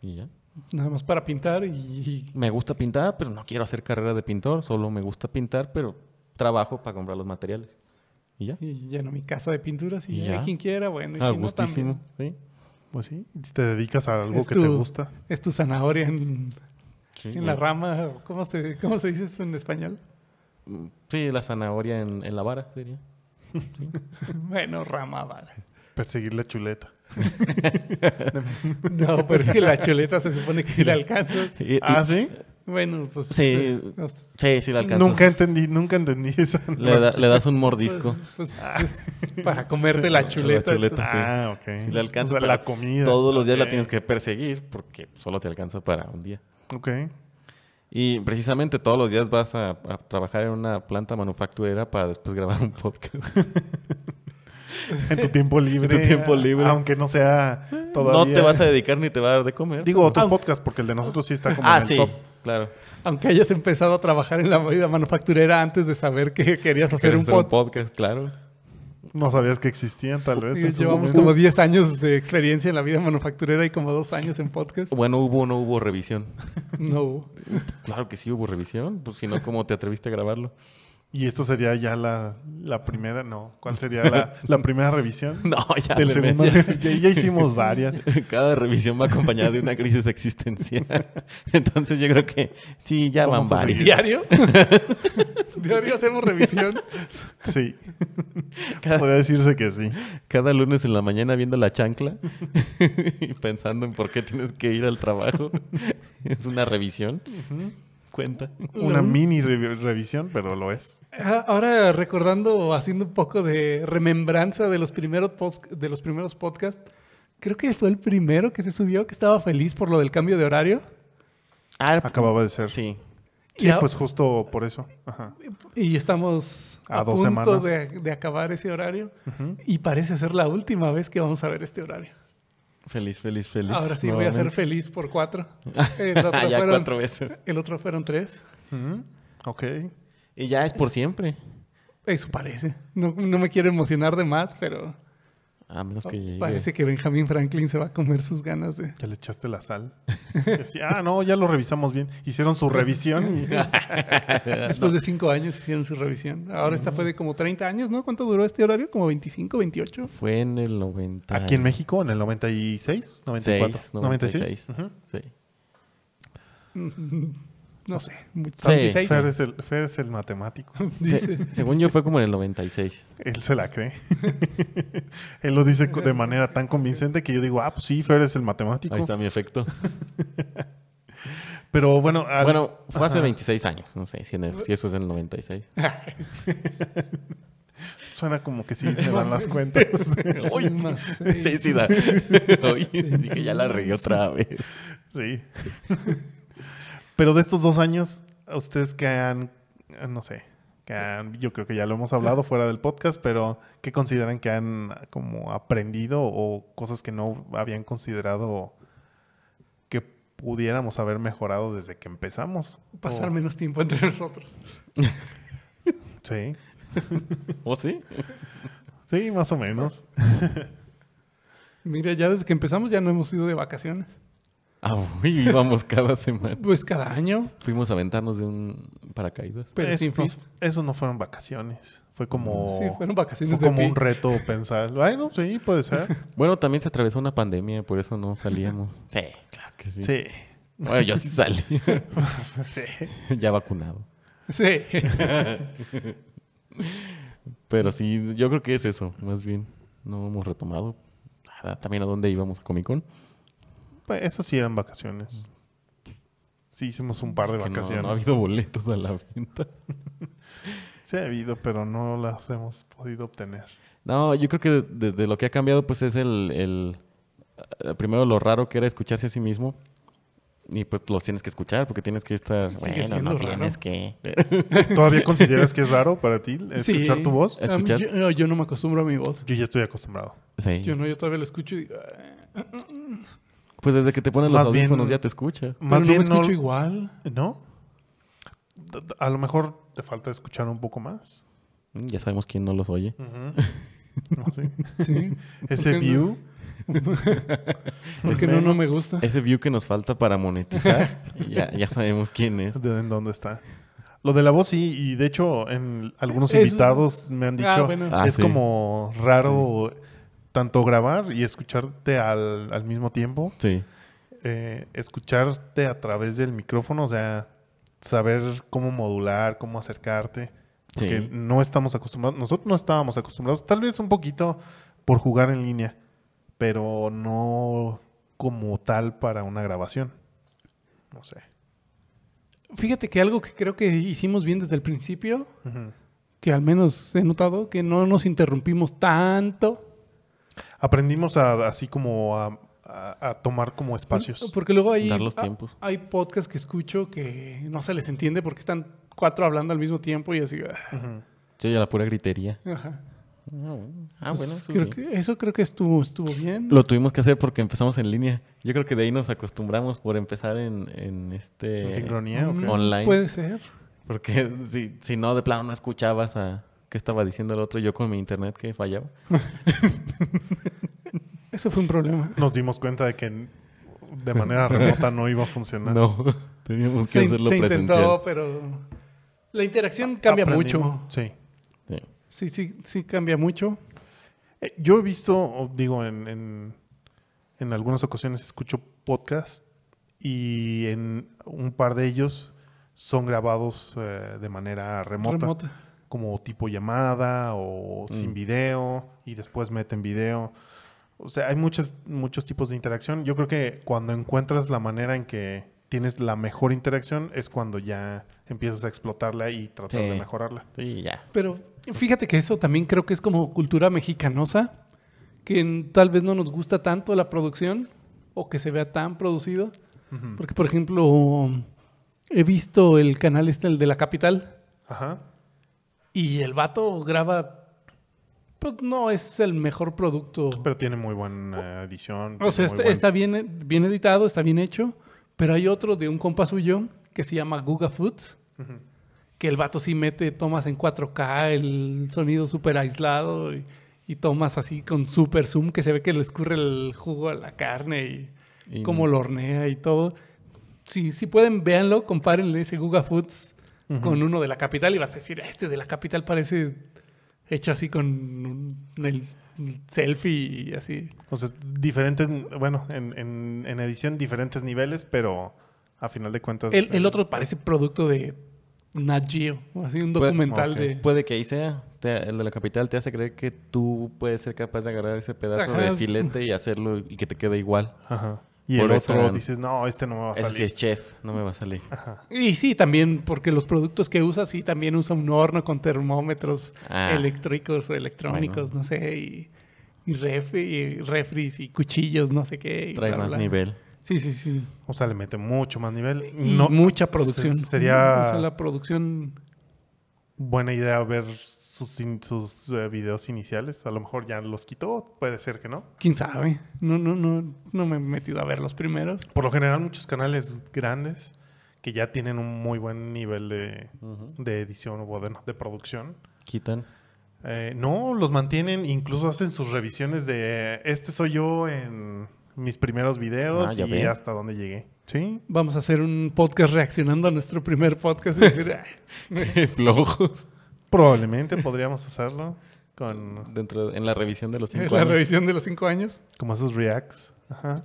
Speaker 4: Y ya.
Speaker 3: nada más para pintar y,
Speaker 4: me gusta pintar, pero no quiero hacer carrera de pintor, solo me gusta pintar, pero trabajo para comprar los materiales. Y ya.
Speaker 3: y lleno mi casa de pinturas y
Speaker 4: Y
Speaker 3: ya.
Speaker 4: ya.
Speaker 3: quien quiera bueno y
Speaker 4: Ah,
Speaker 3: si no, también.
Speaker 4: gustísimo. ¿sí?
Speaker 2: Pues sí, si te dedicas a algo
Speaker 3: Es
Speaker 2: que
Speaker 3: tu-
Speaker 2: te gusta.
Speaker 3: es tu zanahoria en
Speaker 4: Sí,
Speaker 3: En la
Speaker 4: eh,
Speaker 3: rama, ¿o ¿cómo se, cómo se dice eso en español?
Speaker 4: mm, Sí, la zanahoria en, en la vara sería. Sí.
Speaker 3: Bueno, rama, vale.
Speaker 2: Perseguir la chuleta.
Speaker 3: No, pero es que la chuleta se supone que si la alcanzas.
Speaker 4: Y- y-
Speaker 2: ¿Ah, sí?
Speaker 3: Bueno, pues.
Speaker 4: Sí.
Speaker 3: eh, no sé,
Speaker 4: sí, sí la alcanzas.
Speaker 2: Nunca entendí, nunca entendí esa.
Speaker 4: Le, da- le das un mordisco.
Speaker 3: pues, pues, es para comerte la chuleta.
Speaker 4: chuleta,
Speaker 3: entonces-
Speaker 4: sí.
Speaker 2: Ah, ok.
Speaker 4: Sí la alcanzas,
Speaker 2: O sea, la
Speaker 4: pero
Speaker 2: comida.
Speaker 4: Todos los días la
Speaker 2: Ok.
Speaker 4: tienes que perseguir porque solo te alcanza para un día.
Speaker 2: Ok.
Speaker 4: Y precisamente todos los días vas a, a trabajar en una planta manufacturera para después grabar un podcast.
Speaker 2: En tu tiempo libre.
Speaker 4: En tu tiempo libre.
Speaker 2: Aunque no sea todavía.
Speaker 4: No te vas a dedicar ni te va a dar de comer.
Speaker 2: Digo, otros
Speaker 3: Ah.
Speaker 2: podcasts, porque el de nosotros sí está como
Speaker 4: ah,
Speaker 2: en el
Speaker 4: sí,
Speaker 2: top.
Speaker 4: claro.
Speaker 3: Aunque hayas empezado a trabajar en la vida manufacturera antes de saber que querías hacer un pod.
Speaker 4: podcast, claro.
Speaker 2: No sabías que existían, tal vez.
Speaker 3: Y
Speaker 2: en su
Speaker 3: Llevamos
Speaker 2: momento.
Speaker 3: como 10 años de experiencia en la vida manufacturera y como 2 años en podcast.
Speaker 4: Bueno, hubo o no hubo revisión.
Speaker 3: No. hubo.
Speaker 4: Claro que sí hubo revisión, pues si no, ¿cómo te atreviste a grabarlo?
Speaker 2: Y esta sería ya la, la primera, no. ¿Cuál sería la, la primera revisión?
Speaker 4: No, ya.
Speaker 2: Del
Speaker 4: me-
Speaker 2: segundo.
Speaker 4: ya-
Speaker 2: Ya, ya hicimos varias.
Speaker 4: Cada revisión va acompañada de una crisis existencial. Entonces yo creo que sí, ya van
Speaker 2: Vamos a
Speaker 4: varias.
Speaker 3: ¿Diario? ¿Diario hacemos revisión?
Speaker 2: Sí.
Speaker 4: Cada,
Speaker 2: Podría decirse que sí.
Speaker 4: cada lunes en la mañana viendo la chancla y pensando en por qué tienes que ir al trabajo. Es una revisión. cuenta.
Speaker 2: Una mini revi- revisión, pero lo es.
Speaker 3: Ah, Ahora recordando, haciendo un poco de remembranza de los primeros pos- de los primeros podcasts, creo que fue el primero que se subió que estaba feliz por lo del cambio de horario.
Speaker 4: Ah,
Speaker 2: Acababa de ser. Sí,
Speaker 4: Sí.
Speaker 3: Y a-
Speaker 2: pues justo por eso. Ajá.
Speaker 3: Y estamos a,
Speaker 2: A dos
Speaker 3: punto
Speaker 2: semanas.
Speaker 3: de, de acabar ese horario.
Speaker 2: Ujú.
Speaker 3: Y parece ser la última vez que vamos a ver este horario.
Speaker 4: Feliz, feliz, feliz.
Speaker 3: Ahora sí voy a ser
Speaker 4: nuevamente.
Speaker 3: feliz por cuatro. El otro,
Speaker 4: ya
Speaker 3: fueron,
Speaker 4: cuatro veces.
Speaker 3: el otro fueron tres.
Speaker 2: Ujú. Ok.
Speaker 4: Y ya es por siempre.
Speaker 3: Eso parece. No, no me quiero emocionar de más, pero
Speaker 4: A menos que llegue.
Speaker 3: Oh, parece que Benjamin Franklin se va a comer sus ganas de...
Speaker 2: Ya le echaste la sal. Y así, ah, no, ya lo revisamos bien. Hicieron su revisión y Eh,
Speaker 3: Después de cinco años hicieron su revisión. Ahora esta fue de como 30 años, ¿no? ¿Cuánto duró este horario? ¿Como 25, 28?
Speaker 4: Fue en el 90.
Speaker 2: aquí en México en el 96, 94,
Speaker 4: Seis,
Speaker 2: 96.
Speaker 4: 96.
Speaker 2: Ujú.
Speaker 4: Sí.
Speaker 3: No sé. mucho-
Speaker 4: Sí.
Speaker 3: 26,
Speaker 2: Fer, es el, Fer es el matemático.
Speaker 4: Se-
Speaker 3: dice.
Speaker 4: según yo fue como en el 96.
Speaker 2: Él se la cree. Él lo dice co- de manera tan convincente que yo digo, ah, pues sí, Fer es el matemático.
Speaker 4: Ahí está mi efecto.
Speaker 2: Pero bueno, al-
Speaker 4: Bueno, fue hace
Speaker 2: Ah, Ajá.
Speaker 4: 26 años. No sé si, en el- si eso es en el 96.
Speaker 2: suena como que sí me dan las cuentas.
Speaker 4: Uy,
Speaker 3: más
Speaker 4: sí, sí, da. Oye, dije, ya la regué otra vez.
Speaker 2: sí. Pero de estos dos años, ustedes que han, no sé, que han- yo creo que ya lo hemos hablado fuera del podcast, pero ¿qué consideran que han como aprendido o cosas que no habían considerado que pudiéramos haber mejorado desde que empezamos?
Speaker 3: pasar menos tiempo entre nosotros.
Speaker 2: O- sí.
Speaker 4: ¿O sí?
Speaker 2: Sí, más o menos.
Speaker 3: Mira, ya desde que empezamos ya no hemos ido de vacaciones.
Speaker 4: Ah, uy, íbamos cada semana.
Speaker 3: Pues cada año,
Speaker 4: Fuimos a aventarnos de un paracaídas.
Speaker 3: pero sin
Speaker 2: esos, no,
Speaker 3: fin.
Speaker 2: esos no fueron vacaciones. Fue como,
Speaker 3: Sí, fueron
Speaker 2: oh, fue
Speaker 3: vacaciones de
Speaker 2: como
Speaker 3: ti.
Speaker 2: un reto pensar. Bueno, sí, puede ser.
Speaker 4: Bueno, también se atravesó una pandemia, por eso no salíamos. Sí, claro que sí.
Speaker 2: Sí.
Speaker 4: Bueno, yo sí salí.
Speaker 2: Sí.
Speaker 4: ya vacunado.
Speaker 3: Sí.
Speaker 4: Pero sí, yo creo que es eso, más bien. No hemos retomado nada. También a dónde íbamos a Comic Con.
Speaker 2: Pues esas sí eran vacaciones. Sí, hicimos un par de
Speaker 4: Que no-
Speaker 2: vacaciones.
Speaker 4: no ha habido boletos a la venta.
Speaker 2: Sí, ha habido, pero no las hemos podido obtener.
Speaker 4: No, yo creo que de, de- de lo que ha cambiado, pues es el, el- eh, Primero, lo raro que era escucharse a sí mismo. Y pues los tienes que escuchar porque tienes que estar.
Speaker 3: Sigue
Speaker 4: bueno,
Speaker 3: siendo
Speaker 4: no
Speaker 3: raro.
Speaker 4: tienes que.
Speaker 2: ¿Todavía consideras que es raro para ti
Speaker 3: Sí.
Speaker 2: escuchar tu voz?
Speaker 3: Um,
Speaker 4: Escuchar-
Speaker 3: yo, no, yo no me acostumbro a mi voz.
Speaker 2: Yo ya estoy acostumbrado.
Speaker 4: Sí.
Speaker 3: Yo no, yo todavía lo escucho y digo, "Ah",
Speaker 4: Pues desde que te pones los
Speaker 2: Más bien-
Speaker 4: audífonos ya te escucha.
Speaker 3: pero
Speaker 2: Más
Speaker 3: no me
Speaker 2: bien no,
Speaker 3: escucho igual.
Speaker 2: ¿no? D- d- A lo mejor te falta escuchar un poco más.
Speaker 4: Mm, Ya sabemos quién no los oye.
Speaker 2: Ujú. No, sí.
Speaker 3: Sí.
Speaker 2: Ese
Speaker 3: ¿Por qué no?
Speaker 2: view.
Speaker 3: Porque no, no me gusta.
Speaker 4: Ese view que nos falta para monetizar, ya, ya sabemos quién es.
Speaker 2: de en dónde está. Lo de la voz sí, y de hecho en algunos
Speaker 3: Es-
Speaker 2: invitados me han dicho,
Speaker 3: Ah, bueno.
Speaker 4: Ah,
Speaker 2: es
Speaker 4: sí.
Speaker 2: como raro tanto grabar y escucharte al, al mismo tiempo,
Speaker 4: Sí.
Speaker 2: eh, escucharte a través del micrófono, o sea, saber cómo modular, cómo acercarte, porque
Speaker 4: Sí.
Speaker 2: no estamos acostumbrados, nosotros no estábamos acostumbrados, tal vez un poquito por jugar en línea, pero no como tal para una grabación. No sé.
Speaker 3: Fíjate que algo que creo que hicimos bien desde el principio,
Speaker 2: Ujú.
Speaker 3: que al menos he notado, que no nos interrumpimos tanto.
Speaker 2: aprendimos a, así como a, a- a tomar como espacios.
Speaker 3: Porque luego hay,
Speaker 4: Dar los
Speaker 3: ah,
Speaker 4: tiempos.
Speaker 3: hay podcasts que escucho que no se les entiende porque están cuatro hablando al mismo tiempo y así. ah,
Speaker 2: Ujú.
Speaker 4: Yo ya la pura gritería.
Speaker 3: ajá.
Speaker 4: Ah, bueno,
Speaker 3: Entonces, creo que- eso creo que estuvo, estuvo bien.
Speaker 4: Lo tuvimos que hacer porque empezamos en línea. Yo creo que de ahí nos acostumbramos por empezar en, en este...
Speaker 2: ¿En sincronía o qué?
Speaker 3: Mm,
Speaker 4: online.
Speaker 3: Puede ser.
Speaker 4: Porque si, si no, de plano no escuchabas a qué estaba diciendo el otro. Yo con mi internet que fallaba.
Speaker 3: Eso fue un problema.
Speaker 2: Nos dimos cuenta de que n- de manera remota no iba a funcionar.
Speaker 4: No, teníamos que
Speaker 3: Se, in-
Speaker 4: hacerlo
Speaker 3: se
Speaker 4: presencial.
Speaker 3: intentó, pero la interacción cambia
Speaker 2: Aprendimos.
Speaker 3: mucho.
Speaker 2: Sí.
Speaker 4: Sí.
Speaker 3: Sí, sí, sí cambia mucho.
Speaker 2: Eh, Yo he visto, o digo, en, en, en algunas ocasiones escucho podcast y en un par de ellos son grabados eh, de manera remota,
Speaker 3: Remota.
Speaker 2: como tipo llamada o sin
Speaker 4: Mm.
Speaker 2: video y después meten video. O sea, hay muchos, muchos tipos de interacción. Yo creo que cuando encuentras la manera en que tienes la mejor interacción es cuando ya empiezas a explotarla y tratar
Speaker 4: Sí.
Speaker 2: de mejorarla.
Speaker 4: Sí, ya.
Speaker 3: Pero fíjate que eso también creo que es como cultura mexicanosa, que en- tal vez no nos gusta tanto la producción o que se vea tan producido.
Speaker 2: Ujú.
Speaker 3: Porque, por ejemplo, he visto el canal este, el de la capital,
Speaker 2: Ajá.
Speaker 3: y el vato graba, pues no es el mejor producto.
Speaker 2: Pero tiene muy buena edición.
Speaker 3: o
Speaker 2: tiene
Speaker 3: sea,
Speaker 2: muy
Speaker 3: está,
Speaker 2: buen-
Speaker 3: está bien, bien editado, está bien hecho, pero hay otro de un compa suyo que se llama Guga Foods,
Speaker 2: Ujú.
Speaker 3: que el vato sí mete tomas en 4K, el sonido súper aislado y, y tomas así con super zoom que se ve que le escurre el jugo a la carne y,
Speaker 4: Y-
Speaker 3: cómo lo hornea y todo. Si, si pueden, véanlo, compárenle ese Guga Foods con uno de la capital y vas a decir, este de la capital parece hecho así con un- el selfie y así.
Speaker 2: O sea, diferentes, bueno, en, en- en edición diferentes niveles, pero a final de cuentas...
Speaker 3: El, el otro parece producto de Nat Geo, o así un
Speaker 4: Puede-
Speaker 3: documental
Speaker 2: ok.
Speaker 3: de...
Speaker 4: Puede que ahí sea. Te- el de la capital te hace creer que tú puedes ser capaz de agarrar ese pedazo
Speaker 3: Ajá.
Speaker 4: de filete y hacerlo y que te quede igual.
Speaker 2: Ajá. Y
Speaker 4: Por
Speaker 2: el
Speaker 4: eso-
Speaker 2: otro dices, no, este no me va a
Speaker 4: Ese sí
Speaker 2: salir.
Speaker 4: es chef, no me va a salir.
Speaker 2: Ajá.
Speaker 3: Y sí, también, porque los productos que usa, sí, también usa un horno con termómetros
Speaker 4: Ah.
Speaker 3: eléctricos o electrónicos,
Speaker 4: Bueno.
Speaker 3: no sé, y, y, ref- y refris y cuchillos, no sé qué. y
Speaker 4: Trae
Speaker 3: bla,
Speaker 4: más
Speaker 3: bla.
Speaker 4: nivel.
Speaker 3: Sí, sí, sí.
Speaker 2: O sea, le mete mucho más nivel.
Speaker 3: Y
Speaker 2: No-
Speaker 3: mucha producción.
Speaker 2: se- sería
Speaker 3: O sea, la producción...
Speaker 2: buena idea ver sus, in- sus eh, videos iniciales. A lo mejor ya los quitó, puede ser que no.
Speaker 3: ¿Quién sabe? No, no, no, no me he metido a ver los primeros.
Speaker 2: Por lo general, muchos canales grandes que ya tienen un muy buen nivel de, de edición o bueno, de producción.
Speaker 4: Quitan.
Speaker 2: Eh, no, los mantienen, incluso hacen sus revisiones de este soy yo en mis primeros videos
Speaker 4: Ah,
Speaker 2: y
Speaker 4: ya ve.
Speaker 2: hasta dónde llegué. Sí,
Speaker 3: Vamos a hacer un podcast reaccionando a nuestro primer podcast y decir, "Ah,
Speaker 4: Flojos.
Speaker 2: probablemente podríamos hacerlo con
Speaker 4: Dentro de- en la revisión de los cinco
Speaker 3: "Ah, es la
Speaker 4: años.
Speaker 3: revisión de los cinco años.
Speaker 2: como esos reacts. Ajá.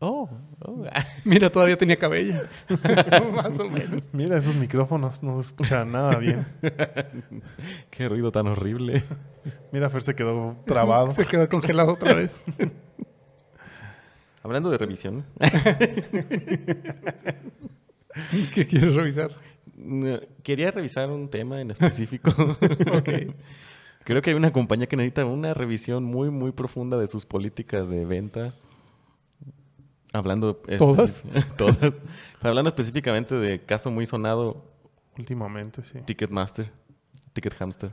Speaker 4: Oh, oh.
Speaker 3: Mira, todavía tenía cabello. Más o menos.
Speaker 2: Mira, esos micrófonos no se escuchan nada bien.
Speaker 4: qué ruido tan horrible.
Speaker 2: Mira, Fer se quedó trabado.
Speaker 3: Se quedó congelado otra vez.
Speaker 4: Hablando de revisiones,
Speaker 3: ¿Qué quieres revisar?
Speaker 4: no, quería revisar un tema en específico.
Speaker 3: Ok.
Speaker 4: Creo que hay una compañía que necesita una revisión muy, muy profunda de sus políticas de venta. Hablando especi-
Speaker 3: ¿Todas?
Speaker 4: todas. Pero Hablando específicamente de caso muy sonado,
Speaker 2: Últimamente, sí.
Speaker 4: Ticketmaster, Ticket Hamster.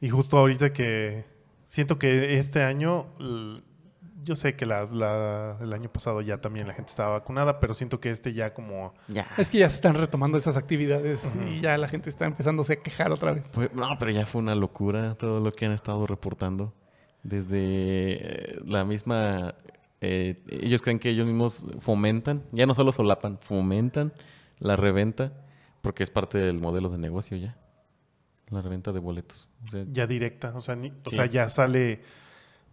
Speaker 2: Y justo ahorita que siento que este año, l- yo sé que la- la- el año pasado ya también la gente estaba vacunada, pero siento que este ya como...
Speaker 4: Ya.
Speaker 3: Es que ya se están retomando esas actividades y ya la gente está empezándose a quejar otra vez.
Speaker 4: Fue- no, pero ya fue una locura todo lo que han estado reportando. Desde eh, la misma... eh, ellos creen que ellos mismos fomentan, ya no solo solapan, fomentan la reventa, porque es parte del modelo de negocio ya. La reventa de boletos. O sea,
Speaker 2: ya directa, o sea, ni- o
Speaker 4: Sí.
Speaker 2: sea ya sale,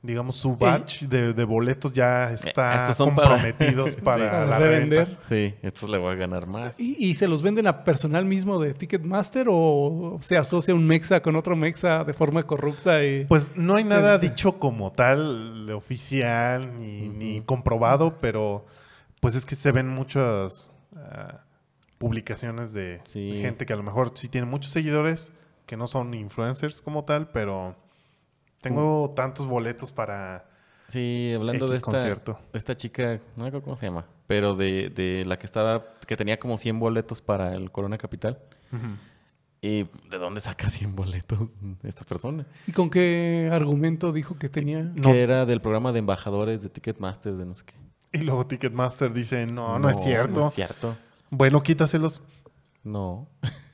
Speaker 2: digamos, su batch de, de boletos ya está
Speaker 4: Eh, estos son para-
Speaker 2: comprometidos para,
Speaker 3: Para
Speaker 2: la
Speaker 3: revender.
Speaker 2: reventa.
Speaker 4: sí, estos le voy a ganar más.
Speaker 3: ¿Y, y se los venden a personal mismo de Ticketmaster o se asocia un mexa con otro mexa de forma corrupta? Y...
Speaker 2: Pues no hay nada dicho como tal, eh, oficial, ni, ni comprobado, pero pues es que se ven muchas ah, publicaciones de
Speaker 4: Sí.
Speaker 2: gente que a lo mejor sí tiene muchos seguidores, que no son influencers como tal, pero tengo tantos boletos para...
Speaker 4: Sí, hablando
Speaker 2: X
Speaker 4: de esta,
Speaker 2: concierto.
Speaker 4: de esta chica, no me acuerdo cómo se llama, pero de, de la que estaba, que tenía como 100 boletos para el Corona Capital. ¿Y de dónde saca 100 boletos esta persona?
Speaker 3: ¿Y con qué argumento dijo que tenía?
Speaker 2: No.
Speaker 4: Que era del programa de embajadores de Ticketmaster, de no sé qué.
Speaker 2: Y luego Ticketmaster dice, no, no, es cierto.
Speaker 4: No es cierto.
Speaker 2: Bueno, quítaselos.
Speaker 4: No.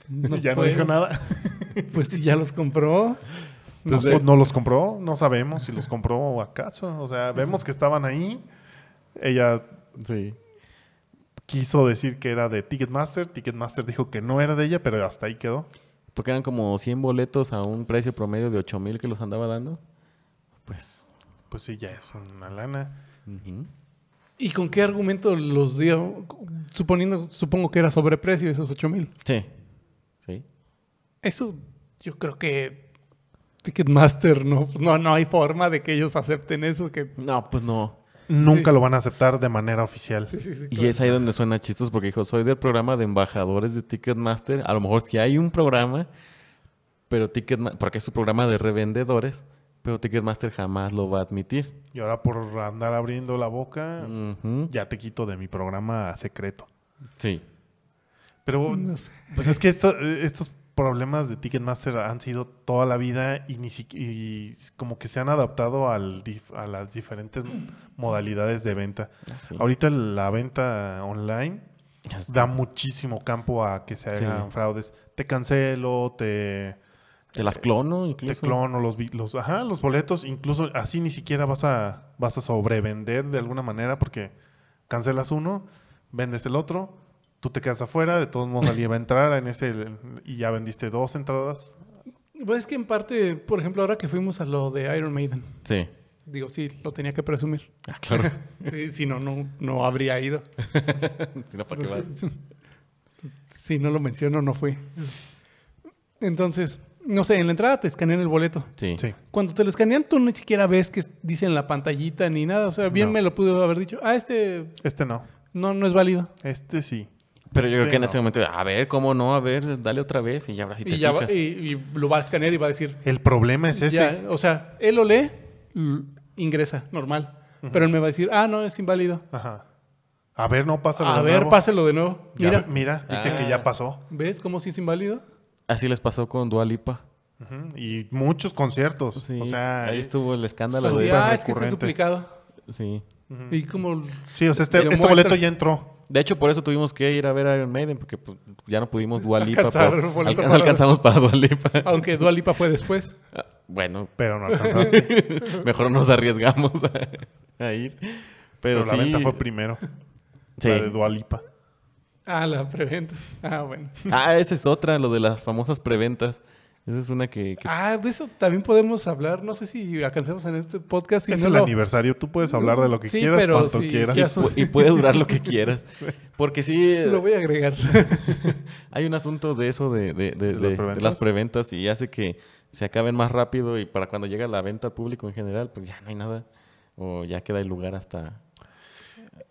Speaker 3: No
Speaker 2: ya
Speaker 3: puede.
Speaker 2: no dijo nada.
Speaker 3: Pues si ya los compró.
Speaker 2: No, sé, no los compró, no sabemos si los compró o acaso. O sea, vemos que estaban ahí. Ella
Speaker 4: Sí.
Speaker 2: quiso decir que era de Ticketmaster. Ticketmaster dijo que no era de ella, pero hasta ahí quedó.
Speaker 4: Porque eran como 100 boletos a un precio promedio de 8 mil que los andaba dando. Pues.
Speaker 2: Pues sí, ya es una lana.
Speaker 4: ujú.
Speaker 3: ¿Y con qué argumento los dio? Suponiendo, supongo que era sobreprecio esos 8 mil.
Speaker 4: Sí. Sí.
Speaker 3: Eso yo creo que Ticketmaster no, no, no hay forma de que ellos acepten eso. Que,
Speaker 4: No, pues no.
Speaker 2: nunca
Speaker 3: Sí.
Speaker 2: lo van a aceptar de manera oficial.
Speaker 3: Sí, sí, sí,
Speaker 4: Y
Speaker 3: claro.
Speaker 4: es ahí donde suena chistoso porque dijo, soy del programa de embajadores de Ticketmaster. A lo mejor sí hay un programa, pero Ticketmaster, porque es un programa de revendedores, pero Ticketmaster jamás lo va a admitir.
Speaker 2: Y ahora por andar abriendo la
Speaker 3: Ah.
Speaker 2: boca,
Speaker 4: Mm. Ujú.
Speaker 2: ya te quito de mi programa secreto.
Speaker 4: Sí.
Speaker 2: Pero
Speaker 3: No sé.
Speaker 2: pues es que esto- estos problemas de Ticketmaster han sido toda la vida y, ni si- y como que se han adaptado al dif- a las diferentes modalidades de venta.
Speaker 3: Ah,
Speaker 4: Así.
Speaker 2: Ahorita la venta online da muchísimo campo a que se
Speaker 4: Sí.
Speaker 2: hagan fraudes. Te cancelo, te,
Speaker 4: Te las clono
Speaker 2: te
Speaker 4: incluso.
Speaker 2: clono los, bi- los, ajá, los boletos. Incluso así ni siquiera vas a, vas a sobrevender de alguna manera porque cancelas uno, vendes el otro, tú te quedas afuera, de todos modos alguien va a entrar en ese y ya vendiste dos entradas.
Speaker 3: Pues es que en parte, por ejemplo, ahora que fuimos a lo de Iron Maiden,
Speaker 4: Sí.
Speaker 3: digo, sí, lo tenía que presumir.
Speaker 4: Ah, claro.
Speaker 3: Sí, si no, no, no habría ido.
Speaker 4: si no, ¿para qué vas?
Speaker 3: Si no lo menciono, no fui. Entonces, no sé, en la entrada te escanean el boleto.
Speaker 4: Sí.
Speaker 2: Sí.
Speaker 3: Cuando te lo escanean, tú ni siquiera ves que dice en la pantallita ni nada. O sea, bien
Speaker 2: No.
Speaker 3: me lo pudo haber dicho. Ah, este
Speaker 2: Este no,
Speaker 3: no, no es válido.
Speaker 2: este sí.
Speaker 4: Pero yo creo
Speaker 2: Este
Speaker 4: que en
Speaker 2: no.
Speaker 4: ese momento, a ver, ¿cómo no? A ver, dale otra vez y ya ahora sí te
Speaker 3: y, ya va-
Speaker 4: fijas.
Speaker 3: y, y lo va a escanear y va a decir.
Speaker 2: El problema es ese.
Speaker 3: ya, o sea, él lo lee, l- ingresa, normal. Pero él me va a decir, ah, no, es inválido.
Speaker 2: Ajá. A ver, no pasa
Speaker 3: a ver, páselo de nuevo. Mira,
Speaker 2: Mira, mira, dice que
Speaker 4: Ah.
Speaker 2: ya pasó.
Speaker 3: ¿ves cómo sí es inválido?
Speaker 4: Así les pasó con Dua Lipa.
Speaker 2: Ujú, Y muchos conciertos.
Speaker 4: Sí.
Speaker 2: O sea, este,
Speaker 4: ahí estuvo el escándalo.
Speaker 3: Así,
Speaker 4: de-
Speaker 2: Súper
Speaker 3: ah, es que está
Speaker 2: recurrente.
Speaker 3: duplicado.
Speaker 4: Sí.
Speaker 3: Y como...
Speaker 2: sí, o sea, este,
Speaker 3: Lo
Speaker 2: este
Speaker 3: muestra.
Speaker 2: boleto ya entró.
Speaker 4: De hecho, por eso tuvimos que ir a ver a Iron Maiden, porque pues, ya no pudimos Dua Lipa.
Speaker 3: Alcanzar
Speaker 4: por-
Speaker 3: boleto
Speaker 4: alca-
Speaker 3: para-
Speaker 4: alcanzamos para Dua Lipa.
Speaker 3: Aunque Dua Lipa fue después.
Speaker 4: bueno,
Speaker 2: Pero no alcanzaste.
Speaker 4: mejor nos arriesgamos a, a ir. Pero,
Speaker 2: Pero,
Speaker 4: sí.
Speaker 2: la venta fue primero.
Speaker 4: sí.
Speaker 2: La de Dualipa.
Speaker 3: Ah, la preventa. Ah, bueno.
Speaker 4: Ah, esa es otra, lo de las famosas preventas. Esa es una que... que-
Speaker 3: Ah, de eso también podemos hablar. No sé si alcancemos en este podcast. Si
Speaker 2: es
Speaker 3: no
Speaker 2: el
Speaker 3: lo-
Speaker 2: aniversario. Tú puedes hablar de lo que
Speaker 3: Sí,
Speaker 2: quieras,
Speaker 3: pero
Speaker 2: cuanto
Speaker 3: sí,
Speaker 2: quieras.
Speaker 3: sí
Speaker 4: y, pu- y puede durar lo que quieras. Porque sí,
Speaker 3: Lo voy a agregar.
Speaker 4: hay un asunto de eso de, de- de-
Speaker 2: las
Speaker 4: de- de las
Speaker 2: preventas?
Speaker 4: preventas y hace que se acaben más rápido y para cuando llega la venta al público en general, pues ya no hay nada. O ya queda el lugar hasta...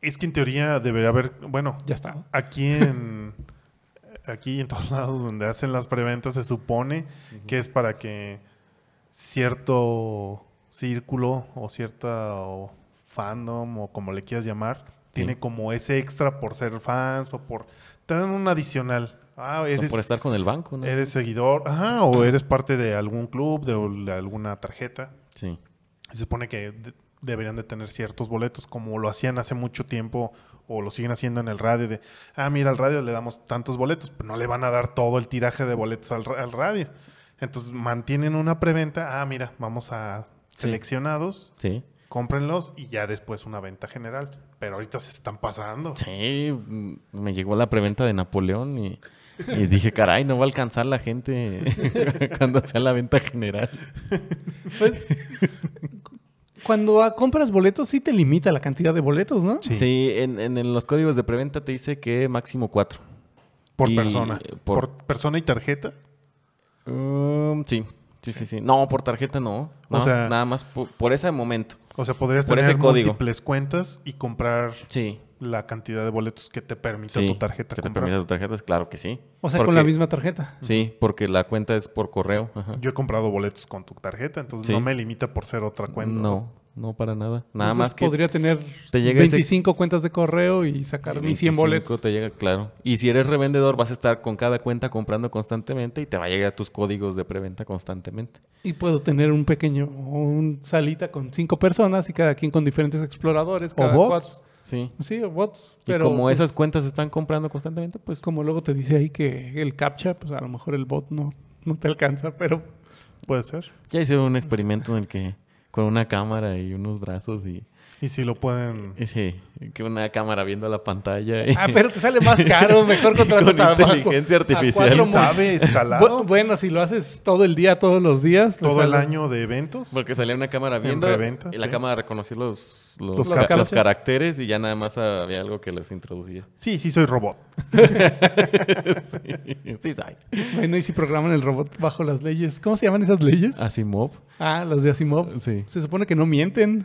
Speaker 2: Es que en teoría debería haber, bueno,
Speaker 3: ya está.
Speaker 2: aquí en aquí en todos lados donde hacen las preventas se supone que es para que cierto círculo o cierta o fandom o como le quieras llamar tiene como ese extra por ser fans o por te dan un adicional. Ah,
Speaker 4: o
Speaker 2: eres
Speaker 4: por estar con el banco, ¿no?
Speaker 2: eres seguidor, ajá, o eres parte de algún club, de, de alguna tarjeta.
Speaker 4: Sí.
Speaker 2: Se supone que de- deberían de tener ciertos boletos, como lo hacían hace mucho tiempo, o lo siguen haciendo en el radio, de, ah, mira, al radio le damos tantos boletos, pero no le van a dar todo el tiraje de boletos al, ra- al radio. Entonces mantienen una preventa, ah, mira, vamos a
Speaker 4: Sí.
Speaker 2: seleccionados,
Speaker 4: Sí.
Speaker 2: cómprenlos y ya después una venta general. Pero ahorita se están pasando.
Speaker 4: Sí, mm, me llegó la preventa de Napoleón y, y dije, caray, no va a alcanzar la gente cuando sea la venta general.
Speaker 3: Pues, cuando ah, compras boletos, sí te limita la cantidad de boletos, ¿no?
Speaker 4: Sí,
Speaker 2: Sí.
Speaker 4: en, en- en los códigos de preventa te dice que máximo cuatro.
Speaker 2: Por
Speaker 4: Y,
Speaker 2: persona.
Speaker 4: eh, por-
Speaker 2: Por... persona y tarjeta.
Speaker 4: Um, sí, sí, sí, sí. No, por tarjeta no.
Speaker 2: O
Speaker 4: No,
Speaker 2: sea-
Speaker 4: nada más por, por ese momento.
Speaker 2: O sea, podrías
Speaker 4: Por ese
Speaker 2: tener
Speaker 4: código.
Speaker 2: múltiples cuentas y comprar
Speaker 4: Sí.
Speaker 2: la cantidad de boletos que te permita
Speaker 4: sí,
Speaker 2: tu tarjeta.
Speaker 4: Que te
Speaker 2: comprar.
Speaker 4: permita tu tarjeta, claro que sí.
Speaker 3: O sea,
Speaker 4: Porque-
Speaker 3: con la misma tarjeta.
Speaker 4: Sí, porque la cuenta es por correo. ajá.
Speaker 2: Yo he comprado boletos con tu tarjeta, entonces
Speaker 4: Sí.
Speaker 2: no me limita por ser otra cuenta.
Speaker 4: No, no para nada. Nada
Speaker 3: Entonces,
Speaker 4: más que
Speaker 3: Podría tener
Speaker 4: te llega ese-
Speaker 3: 25 cuentas de correo y sacar mis 100
Speaker 4: 25
Speaker 3: boletos.
Speaker 4: te llega, claro. Y si eres revendedor, vas a estar con cada cuenta comprando constantemente y te va a llegar tus códigos de preventa constantemente.
Speaker 3: Y puedo tener un pequeño, un salita con cinco personas y cada quien con diferentes exploradores. cada
Speaker 2: bots.
Speaker 4: Sí.
Speaker 3: cuatro- Sí, o bots.
Speaker 4: Y
Speaker 3: Pero
Speaker 4: como
Speaker 3: pues,
Speaker 4: esas cuentas están comprando constantemente, pues
Speaker 3: como luego te dice ahí que el captcha, pues a lo mejor el bot no, no te alcanza, pero
Speaker 2: Puede ser.
Speaker 4: ya hicieron un experimento en el que con una cámara y unos brazos y,
Speaker 2: Y si lo pueden.
Speaker 4: y sí, que una cámara viendo la pantalla. y-
Speaker 3: Ah, pero te sale más caro, mejor contratas
Speaker 4: Con
Speaker 3: a bajo-
Speaker 4: inteligencia
Speaker 3: a
Speaker 4: artificial.
Speaker 3: cuatro
Speaker 2: ¿Él
Speaker 4: Pero
Speaker 3: mon-
Speaker 2: sabe escalado
Speaker 3: Bu- bueno, si lo haces todo el día, todos los días. pues,
Speaker 2: todo el
Speaker 3: sale-
Speaker 2: año de eventos?
Speaker 4: Porque salía una cámara viendo
Speaker 2: reventa,
Speaker 4: y la
Speaker 2: sí.
Speaker 4: cámara reconoció los, los,
Speaker 2: Los
Speaker 4: ca-
Speaker 2: captchas.
Speaker 4: los caracteres y ya nada más había algo que los introducía.
Speaker 2: Sí, sí, soy robot.
Speaker 4: sí, sí, sabe.
Speaker 3: Bueno, y si programan el robot bajo las leyes. ¿Cómo se llaman esas leyes?
Speaker 4: Asimov.
Speaker 3: Ah, las Ah, de Asimov.
Speaker 4: Sí.
Speaker 3: Se supone que no mienten.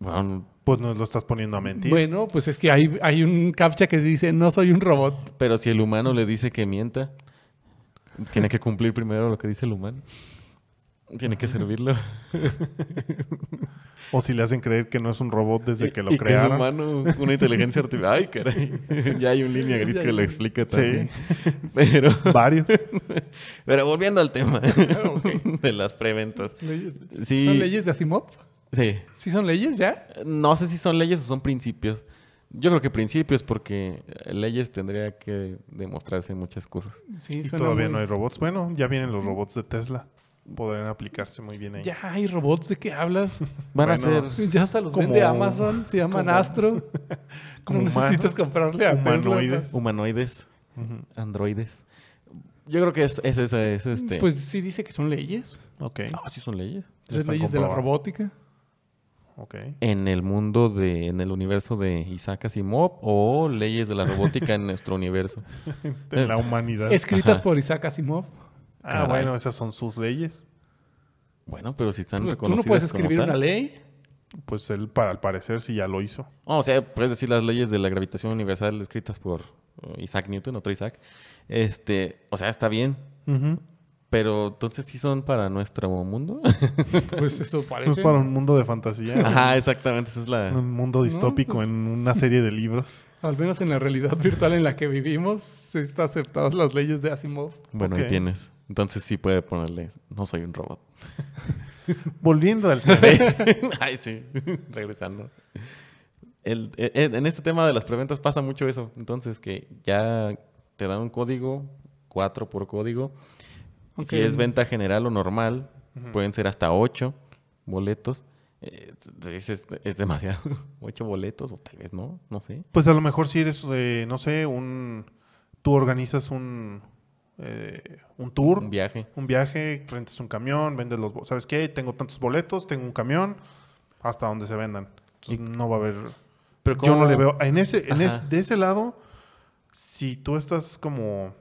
Speaker 4: Bueno,
Speaker 2: Pues nos lo estás poniendo a mentir.
Speaker 3: Bueno, pues es que hay, hay un captcha que dice, no soy un robot.
Speaker 4: Pero si el humano le dice que mienta, tiene que cumplir primero lo que dice el humano. Tiene que servirlo.
Speaker 2: O si le hacen creer que no es un robot desde que lo
Speaker 4: y es
Speaker 2: crearon.
Speaker 4: humano, una inteligencia artificial. Ay, caray. Ya hay un línea gris que lo explica
Speaker 2: sí,
Speaker 4: también. Pero,
Speaker 2: varios.
Speaker 4: pero volviendo al tema
Speaker 2: Ah,
Speaker 4: de las preventas.
Speaker 3: Leyes-
Speaker 4: Sí.
Speaker 3: ¿Son leyes de Asimov?
Speaker 4: Sí.
Speaker 3: ¿Sí son leyes ya?
Speaker 4: No sé si son leyes o son principios. Yo creo que principios, porque leyes tendría que demostrarse muchas cosas.
Speaker 3: Sí,
Speaker 2: Y
Speaker 3: suena
Speaker 2: todavía
Speaker 3: muy-
Speaker 2: no hay robots. Bueno, ya vienen los robots de Tesla. Podrían aplicarse muy bien ahí.
Speaker 3: Ya hay robots, ¿de qué hablas?
Speaker 4: Van a ser.
Speaker 2: Bueno.
Speaker 3: Ya hasta los
Speaker 2: Como-
Speaker 3: vende Amazon, se llaman
Speaker 2: como-
Speaker 3: Astro.
Speaker 2: como
Speaker 3: no necesitas
Speaker 2: humanos,
Speaker 3: comprarle a Tesla,
Speaker 2: humanoides.
Speaker 4: humanoides,
Speaker 2: Ujú.
Speaker 4: androides. Yo creo que es, es esa, es este.
Speaker 3: Pues sí dice que son leyes.
Speaker 2: Ok,
Speaker 4: ah, sí son leyes.
Speaker 3: Tres
Speaker 2: está
Speaker 3: leyes de la
Speaker 2: comprobado.
Speaker 3: robótica.
Speaker 2: ok.
Speaker 4: En el mundo de, en el universo de Isaac Asimov o leyes de la robótica en nuestro universo. Eh,
Speaker 2: De la humanidad.
Speaker 3: Escritas por Isaac Asimov.
Speaker 2: ah,
Speaker 4: Caray.
Speaker 2: bueno, esas son sus leyes.
Speaker 4: Bueno, pero si están
Speaker 3: Tú
Speaker 4: reconocidas
Speaker 3: tú no puedes
Speaker 4: como
Speaker 3: escribir
Speaker 4: tal.
Speaker 3: una ley.
Speaker 2: Pues él, para, al parecer, sí ya lo hizo.
Speaker 4: Oh, o sea, puedes decir las leyes de la gravitación universal escritas por eh, Isaac Newton, otro Isaac. Este, o sea, está bien. Pero entonces sí son para nuestro mundo.
Speaker 3: Pues eso parece.
Speaker 2: Es para un mundo de fantasía.
Speaker 4: Ajá, exactamente. Esa es la.
Speaker 2: Un mundo distópico en una serie de libros.
Speaker 3: Al menos en la realidad virtual en la que vivimos, se están aceptadas las leyes de Asimov.
Speaker 4: Bueno, ahí
Speaker 2: Ok.
Speaker 4: tienes. Entonces sí puede ponerle, no soy un robot.
Speaker 2: Volviendo al tema.
Speaker 4: Sí. Ay, sí. Regresando. El- e- e- en este tema de las preventas pasa mucho eso. Entonces, que ya te dan un código, cuatro por código.
Speaker 3: Aunque
Speaker 4: Si es venta general o normal, pueden ser hasta ocho boletos. Eh, es, es- es demasiado. ocho boletos, o tal vez no, no sé.
Speaker 2: Pues a lo mejor si eres, eh, no sé, un... Tú organizas un, eh, un tour.
Speaker 4: Un viaje.
Speaker 2: un viaje, rentas un camión, vendes los... bo- ¿Sabes qué? Tengo tantos boletos, tengo un camión, hasta donde se vendan. Entonces, no va a haber...
Speaker 4: Pero
Speaker 2: Yo no
Speaker 4: ¿cómo?
Speaker 2: le veo... En ese, en es-
Speaker 4: Ajá.
Speaker 2: de ese lado, si tú estás como,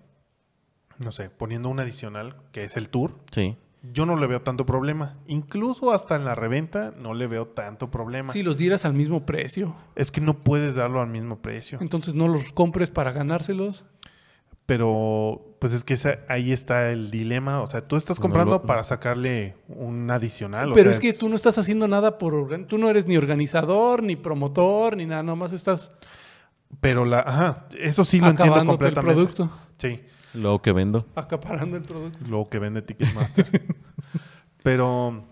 Speaker 2: no sé, poniendo un adicional, que es el tour,
Speaker 4: Sí.
Speaker 2: yo no le veo tanto problema. Incluso hasta en la reventa no le veo tanto problema.
Speaker 3: Si los dieras al mismo precio,
Speaker 2: Es que no puedes darlo al mismo precio.
Speaker 3: entonces no los compres para ganárselos.
Speaker 2: Pero pues es que esa- ahí está el dilema. O sea, tú estás
Speaker 4: No
Speaker 2: comprando
Speaker 4: lo-
Speaker 2: para sacarle un adicional. o sea,
Speaker 3: Pero es que tú no estás haciendo nada por... organ- Tú no eres ni organizador, ni promotor, ni nada. Nomás estás
Speaker 2: Pero la, ajá, eso sí lo entiendo
Speaker 3: acabándote el
Speaker 2: completamente.
Speaker 3: producto.
Speaker 2: Sí,
Speaker 4: Lo que vendo.
Speaker 3: Acaparando el producto.
Speaker 2: lo que vende Ticketmaster. Pero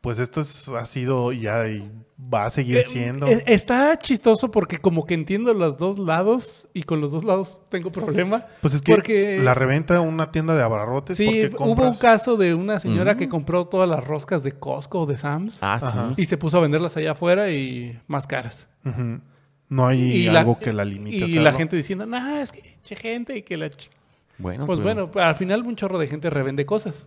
Speaker 2: pues esto es- ha sido ya y va a seguir
Speaker 3: Eh,
Speaker 2: siendo.
Speaker 3: eh, Está chistoso porque como que entiendo los dos lados y con los dos lados tengo problema.
Speaker 2: pues es que
Speaker 3: porque-
Speaker 2: la reventa una tienda de abarrotes
Speaker 3: Sí,
Speaker 2: porque
Speaker 3: hubo un
Speaker 2: compras- Mm.
Speaker 3: caso de una señora que compró todas las roscas de Costco o de Sam's
Speaker 4: Ah, sí.
Speaker 2: Ajá.
Speaker 3: y se puso a venderlas allá afuera y más caras.
Speaker 2: Ujú. No hay
Speaker 3: la-
Speaker 2: algo que la limite. a
Speaker 3: Y
Speaker 2: hacerlo.
Speaker 3: la gente diciendo, nah, es que che gente y que la... ch-".
Speaker 4: Bueno,
Speaker 3: Pues
Speaker 4: pero-
Speaker 3: bueno, al final un chorro de gente revende cosas.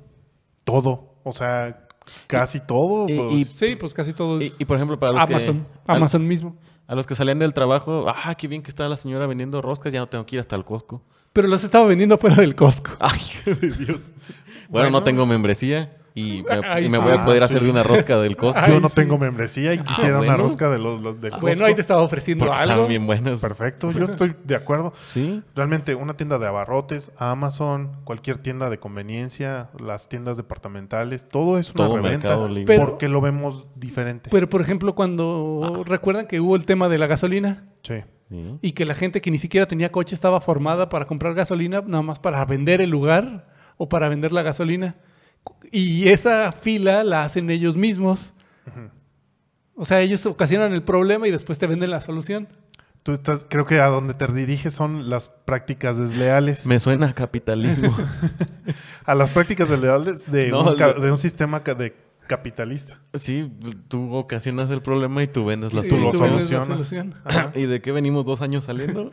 Speaker 2: Todo, o sea, casi todo.
Speaker 4: y-
Speaker 2: pues,
Speaker 4: y-
Speaker 3: Sí, pues casi todo
Speaker 4: Y,
Speaker 3: es
Speaker 4: y, por ejemplo, para los que-
Speaker 3: Amazon.
Speaker 4: al-
Speaker 3: Amazon mismo.
Speaker 4: A los que salían del trabajo, ah, qué bien que está la señora vendiendo roscas, ya no tengo que ir hasta el Costco.
Speaker 3: Pero las estaba vendiendo fuera del Costco.
Speaker 4: Ay, de Dios. Bueno, no tengo membresía y me,
Speaker 3: Ay,
Speaker 4: y me
Speaker 3: sí.
Speaker 4: voy a poder
Speaker 2: Ah,
Speaker 4: hacer
Speaker 2: sí.
Speaker 4: una rosca del Costco.
Speaker 2: yo
Speaker 3: ay,
Speaker 2: no
Speaker 3: sí. Ah,
Speaker 2: tengo membresía y quisiera una
Speaker 4: bueno.
Speaker 2: rosca de los, los- del
Speaker 3: Bueno,
Speaker 2: Costco.
Speaker 3: ahí te estaba ofreciendo
Speaker 4: Ah, porque
Speaker 3: algo.
Speaker 4: están bien buenas.
Speaker 2: Perfecto, yo estoy de acuerdo.
Speaker 4: Sí.
Speaker 2: Realmente una tienda de abarrotes, Amazon, cualquier tienda de conveniencia, las tiendas departamentales, todo es una
Speaker 4: Todo
Speaker 2: reventa
Speaker 4: Mercado Libre.
Speaker 3: Pero- pues
Speaker 2: porque lo vemos diferente.
Speaker 3: Pero por ejemplo,
Speaker 4: Ah.
Speaker 3: cuando recuerdan que hubo el tema de la gasolina
Speaker 2: sí.
Speaker 4: Sí.
Speaker 3: y que la gente que ni siquiera tenía coche estaba formada para comprar gasolina, nada más para vender el lugar o para vender la gasolina. Y esa fila la hacen ellos mismos. O sea, ellos ocasionan el problema y después te venden la solución.
Speaker 2: Tú estás, creo que a donde te diriges son las prácticas desleales.
Speaker 4: Me suena a capitalismo.
Speaker 2: A las prácticas desleales de,
Speaker 4: No,
Speaker 2: un, ca-
Speaker 4: lo-
Speaker 2: de un sistema ca- de capitalista.
Speaker 4: sí, tú ocasionas el problema y tú vendes la
Speaker 3: Y
Speaker 2: tú lo
Speaker 3: tú
Speaker 4: solución.
Speaker 3: vendes la
Speaker 2: solucionas.
Speaker 3: solución.
Speaker 2: Ajá.
Speaker 4: ¿Y de qué venimos dos años saliendo?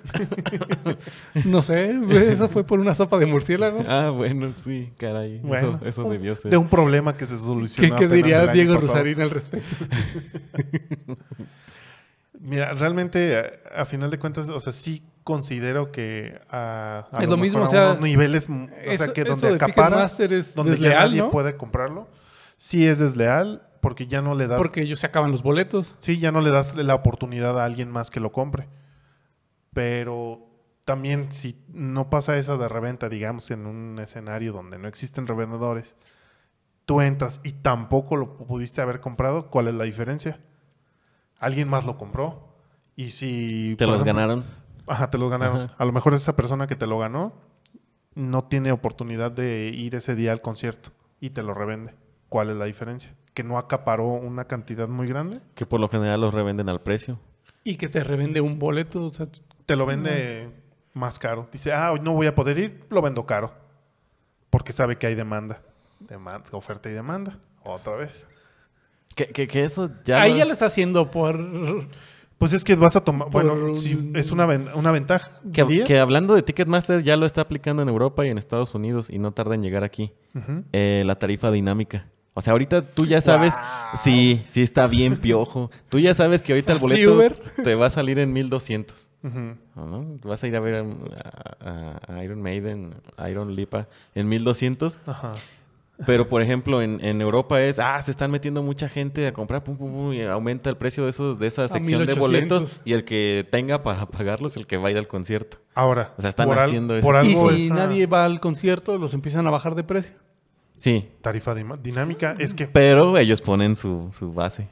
Speaker 3: No sé, eso fue por una sopa de murciélago.
Speaker 4: ah, bueno, sí, caray.
Speaker 2: Bueno.
Speaker 4: eso, eso debió ser.
Speaker 2: De un problema que se
Speaker 3: ¿Qué,
Speaker 2: solucionó.
Speaker 3: qué
Speaker 2: apenas el
Speaker 3: diría
Speaker 2: año
Speaker 3: Diego
Speaker 2: pasado.
Speaker 3: Rosarín al respecto?
Speaker 2: Mira, realmente, a, a final de cuentas, o sea, sí considero que a, a
Speaker 3: Es lo mismo,
Speaker 2: mejor
Speaker 3: o sea,
Speaker 2: unos niveles, mm, o sea,
Speaker 3: eso-
Speaker 2: que
Speaker 3: eso
Speaker 2: donde
Speaker 3: de
Speaker 2: acaparas,
Speaker 3: Ticketmaster es
Speaker 2: donde ya
Speaker 3: desleal,
Speaker 2: nadie
Speaker 3: ¿no?
Speaker 2: puede comprarlo, sí es desleal porque ya no le das.
Speaker 3: Porque ellos se acaban los boletos.
Speaker 2: Sí, ya no le das la oportunidad a alguien más que lo compre. Pero también si no pasa esa de reventa, digamos, en un escenario donde no existen revendedores, tú entras y tampoco lo pudiste haber comprado, ¿cuál es la diferencia? Alguien más lo compró. Y si...
Speaker 4: Te
Speaker 2: por
Speaker 4: los
Speaker 2: ejemplo,
Speaker 4: ganaron.
Speaker 2: Ajá, te los ganaron.
Speaker 4: Ajá.
Speaker 2: A lo mejor esa persona que te lo ganó no tiene oportunidad de ir ese día al concierto y te lo revende. ¿Cuál es la diferencia? Que no acaparó una cantidad muy grande.
Speaker 4: Que por lo general los revenden al precio.
Speaker 3: Y que te revende un boleto. O sea,
Speaker 2: Te lo vende más caro. Dice, ah, no voy a poder ir, lo vendo caro. Porque sabe que hay demanda. Demanda, oferta y demanda. Otra vez.
Speaker 4: Que, que, que eso ya...
Speaker 3: ahí
Speaker 4: lo-
Speaker 3: ya lo está haciendo por.
Speaker 2: Pues es que vas a tomar.
Speaker 3: Por
Speaker 2: Bueno,
Speaker 3: un-
Speaker 2: sí, es una, ven- una ventaja.
Speaker 4: Que,
Speaker 2: ¿Dirías?
Speaker 4: que hablando de Ticketmaster, ya lo está aplicando en Europa y en Estados Unidos y no tarda en llegar aquí.
Speaker 2: Ujú.
Speaker 4: eh, la tarifa dinámica. O sea, ahorita tú ya sabes, sí, sí está bien piojo. Tú ya sabes que ahorita el
Speaker 3: ¿Así,
Speaker 4: boleto
Speaker 3: Uber?
Speaker 4: te va a salir en 1200.
Speaker 2: Ujú.
Speaker 4: ¿no? Vas a ir a ver a, a- a Iron Maiden, a Iron Lipa en 1200.
Speaker 2: Ajá.
Speaker 4: Pero, por ejemplo, en, en Europa es, ah, se están metiendo mucha gente a comprar, pum, pum, pum, y aumenta el precio de, esos, de esa
Speaker 3: A
Speaker 4: sección de
Speaker 3: 1800.
Speaker 4: boletos y el que tenga para pagarlos es el que va a ir al concierto.
Speaker 2: Ahora.
Speaker 4: O sea, están
Speaker 2: por al-
Speaker 4: haciendo ese
Speaker 2: por
Speaker 3: Y
Speaker 2: algo
Speaker 3: si
Speaker 2: esa
Speaker 3: nadie va al concierto, los empiezan a bajar de precio.
Speaker 4: Sí,
Speaker 2: Tarifa dima- dinámica. Es que
Speaker 4: pero ellos ponen su, su base.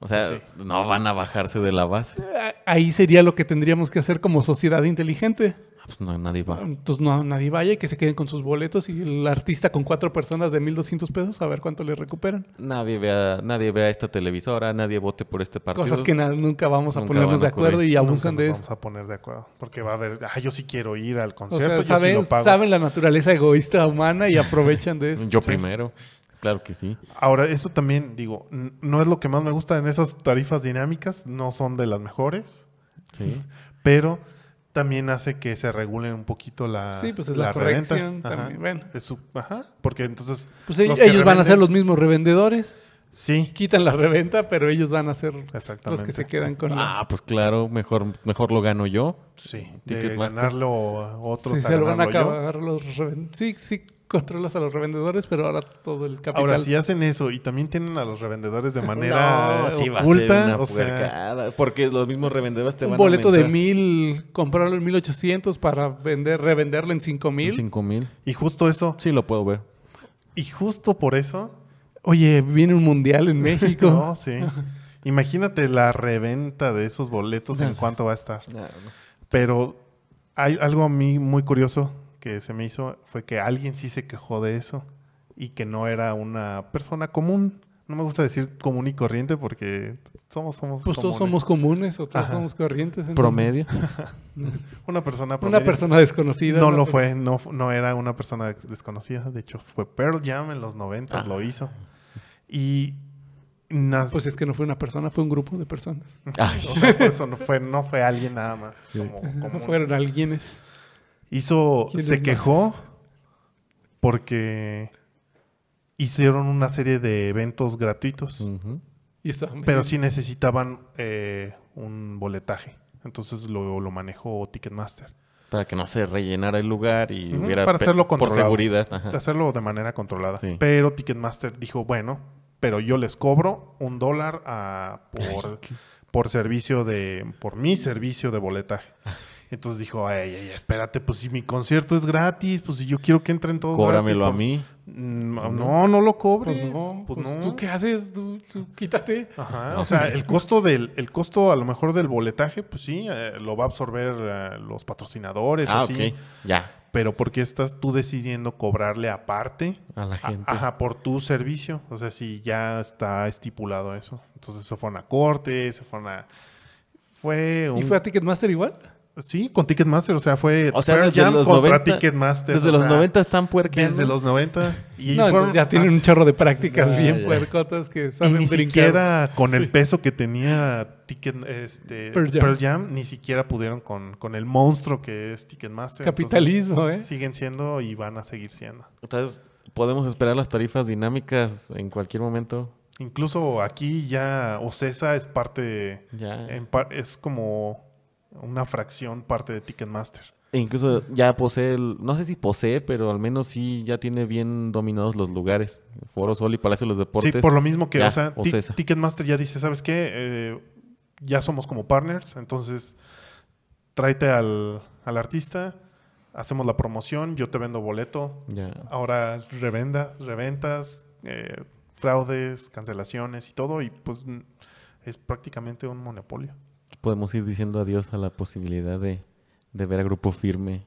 Speaker 4: O sea,
Speaker 2: Sí.
Speaker 4: no van a bajarse de la base.
Speaker 3: Ah, Ahí sería lo que tendríamos que hacer como sociedad inteligente.
Speaker 4: Ah, Pues no, nadie va.
Speaker 3: Entonces no, nadie vaya y que se queden con sus boletos y el artista con cuatro personas de 1.200 pesos a ver cuánto le recuperan.
Speaker 4: Nadie vea, nadie vea esta televisora, nadie vote por este partido.
Speaker 3: Cosas que na- nunca vamos a
Speaker 4: Nunca van
Speaker 3: ponernos
Speaker 4: a
Speaker 3: de acuerdo
Speaker 4: ocurrir.
Speaker 3: y
Speaker 2: nunca
Speaker 3: abusan
Speaker 2: nos
Speaker 3: de eso.
Speaker 2: vamos a poner de acuerdo. Porque va a haber, ah, yo sí quiero ir al
Speaker 3: O
Speaker 2: concierto,
Speaker 3: sea,
Speaker 2: yo sí
Speaker 3: saben,
Speaker 2: lo pago.
Speaker 3: saben la naturaleza egoísta humana y aprovechan de eso.
Speaker 4: Yo primero. Claro que sí.
Speaker 2: Ahora, eso también, digo, n- no es lo que más me gusta en esas tarifas dinámicas, no son de las mejores,
Speaker 4: Sí.
Speaker 2: pero también hace que se regule un poquito la
Speaker 3: Sí, pues es la
Speaker 2: reventa.
Speaker 3: corrección
Speaker 2: Ajá.
Speaker 3: también, bueno.
Speaker 2: Es su- ajá, porque entonces...
Speaker 3: Pues
Speaker 2: los
Speaker 3: ellos,
Speaker 2: que
Speaker 3: van a ser
Speaker 2: revenden-
Speaker 3: los mismos revendedores.
Speaker 2: Sí,
Speaker 3: Quitan la reventa, pero ellos van a ser los
Speaker 2: Exactamente.
Speaker 3: que se quedan con la...
Speaker 4: Ah, pues claro, mejor, mejor lo gano yo.
Speaker 2: sí, de
Speaker 4: Ticketmaster.
Speaker 2: ganarlo a otros
Speaker 3: Sí,
Speaker 2: a
Speaker 3: se lo van a
Speaker 2: ganarlo yo.
Speaker 3: acabar los revendedores. Sí, sí, controlas a los revendedores, pero ahora todo el capital.
Speaker 2: Ahora, si hacen eso y también tienen a los revendedores de manera
Speaker 4: No, Ah, sí va a ser
Speaker 2: oculta,
Speaker 4: una
Speaker 2: o sea,
Speaker 4: puercada, Porque los mismos revendedores te van
Speaker 3: un
Speaker 4: a
Speaker 3: boleto de
Speaker 4: aumentar
Speaker 3: mil, comprarlo en 1800 para vender, revenderlo en cinco
Speaker 4: en
Speaker 3: mil.
Speaker 4: cinco mil.
Speaker 2: y justo eso,
Speaker 4: Sí lo puedo ver.
Speaker 2: y justo por eso
Speaker 3: Oye, viene un mundial en México.
Speaker 2: No, sí. Imagínate la reventa de esos boletos en
Speaker 4: Gracias.
Speaker 2: cuánto va a estar.
Speaker 4: Ah, no sé.
Speaker 2: Pero hay algo a mí muy curioso que se me hizo fue que alguien sí se quejó de eso y que no era una persona común. No me gusta decir común y corriente porque somos somos
Speaker 3: pues todos
Speaker 2: comunes.
Speaker 3: somos comunes o todos
Speaker 2: ¿eh? Ajá.
Speaker 3: somos corrientes. entonces,
Speaker 4: Promedio.
Speaker 2: una persona
Speaker 3: Una
Speaker 2: promedio.
Speaker 3: persona desconocida. Pues,
Speaker 2: no
Speaker 3: una
Speaker 2: lo
Speaker 3: per-
Speaker 2: fue, no, fu- no era una persona des- desconocida. De hecho, fue Pearl Jam en los 90 lo hizo. Y nas-
Speaker 3: Ah. Pues es que no fue una persona, fue un grupo de personas.
Speaker 4: Ay,
Speaker 2: O sea, pues, eso no fue, no fue alguien nada más. Como, como
Speaker 3: No
Speaker 2: un-
Speaker 3: fueron alguienes.
Speaker 2: Hizo.
Speaker 3: ¿Quiénes
Speaker 2: Se
Speaker 3: más?
Speaker 2: quejó porque hicieron una serie de eventos gratuitos.
Speaker 4: ujú.
Speaker 3: Y estaban
Speaker 2: Pero
Speaker 3: vendiendo.
Speaker 2: sí necesitaban eh, un boletaje. Entonces lo, lo manejó Ticketmaster.
Speaker 4: Para que no se rellenara el lugar y
Speaker 2: Ujú,
Speaker 4: hubiera...
Speaker 2: para
Speaker 4: pe-
Speaker 2: hacerlo
Speaker 4: Por
Speaker 2: controlado.
Speaker 4: seguridad. ajá.
Speaker 2: Hacerlo de manera controlada.
Speaker 4: Sí.
Speaker 2: Pero Ticketmaster dijo, bueno, pero yo les cobro un dólar a- por, por servicio de. por mi servicio de boletaje. Entonces dijo, ay, ay, espérate, pues si mi concierto es gratis, pues si yo quiero que entren todos.
Speaker 4: Cóbramelo
Speaker 2: gratis, pues,
Speaker 4: a
Speaker 2: por-
Speaker 4: mí.
Speaker 2: Mm, No, no, no lo cobres.
Speaker 3: Pues no,
Speaker 2: pues
Speaker 3: pues
Speaker 2: no.
Speaker 3: ¿Tú qué haces? Tú, tú quítate.
Speaker 2: Ajá,
Speaker 4: No,
Speaker 2: o sea,
Speaker 4: sí.
Speaker 2: el costo del, el costo a lo mejor del boletaje, pues sí, eh, lo va a absorber eh, los patrocinadores,
Speaker 4: Ah,
Speaker 2: así,
Speaker 4: ok. Ya.
Speaker 2: pero ¿por qué estás tú decidiendo cobrarle aparte?
Speaker 4: A la
Speaker 2: A-
Speaker 4: gente.
Speaker 2: Ajá, por tu servicio. O sea, si ya está estipulado eso. Entonces se fueron a corte, se fueron a. Fue un.
Speaker 3: ¿Y fue a Ticketmaster igual?
Speaker 2: Sí, con Ticketmaster. O sea, fue
Speaker 4: O sea,
Speaker 2: Pearl
Speaker 4: desde
Speaker 2: Jam
Speaker 4: los
Speaker 2: contra
Speaker 4: 90.
Speaker 2: Ticketmaster.
Speaker 4: Desde
Speaker 2: o
Speaker 4: los
Speaker 2: sea,
Speaker 4: 90 están puerqueando.
Speaker 2: Desde los 90. Y
Speaker 3: no,
Speaker 2: ellos fueron
Speaker 3: entonces ya tienen un
Speaker 2: así.
Speaker 3: chorro de prácticas
Speaker 4: Ya,
Speaker 3: bien
Speaker 4: ya.
Speaker 3: puercotas que
Speaker 2: Y
Speaker 3: saben
Speaker 2: ni
Speaker 3: brincar.
Speaker 2: siquiera con
Speaker 3: Sí.
Speaker 2: el peso que tenía Ticket, este,
Speaker 3: Pearl
Speaker 2: Pearl,
Speaker 3: Jam.
Speaker 2: Jam. ni siquiera pudieron con, con el monstruo que es Ticketmaster. Entonces,
Speaker 3: Capitalismo, ¿eh?
Speaker 2: Siguen siendo y van a seguir siendo.
Speaker 4: Entonces, podemos esperar las tarifas dinámicas en cualquier momento.
Speaker 2: Incluso aquí ya Ocesa es parte,
Speaker 4: Ya.
Speaker 2: Eh. en par- es como una fracción parte de Ticketmaster.
Speaker 4: E incluso ya posee, el- no sé si posee, pero al menos sí ya tiene bien dominados los lugares. Foro Sol y Palacio de los Deportes.
Speaker 2: sí, por lo mismo que,
Speaker 4: ya,
Speaker 2: o sea,
Speaker 4: o
Speaker 2: Ti-
Speaker 4: cesa.
Speaker 2: Ticketmaster ya dice, ¿sabes qué? Eh, ya somos como partners, entonces tráete al, al artista, hacemos la promoción, yo te vendo boleto,
Speaker 4: Ya.
Speaker 2: ahora revenda, reventas, eh, fraudes, cancelaciones y todo, y pues mm, es prácticamente un monopolio.
Speaker 4: Podemos ir diciendo adiós a la posibilidad de, de ver a Grupo Firme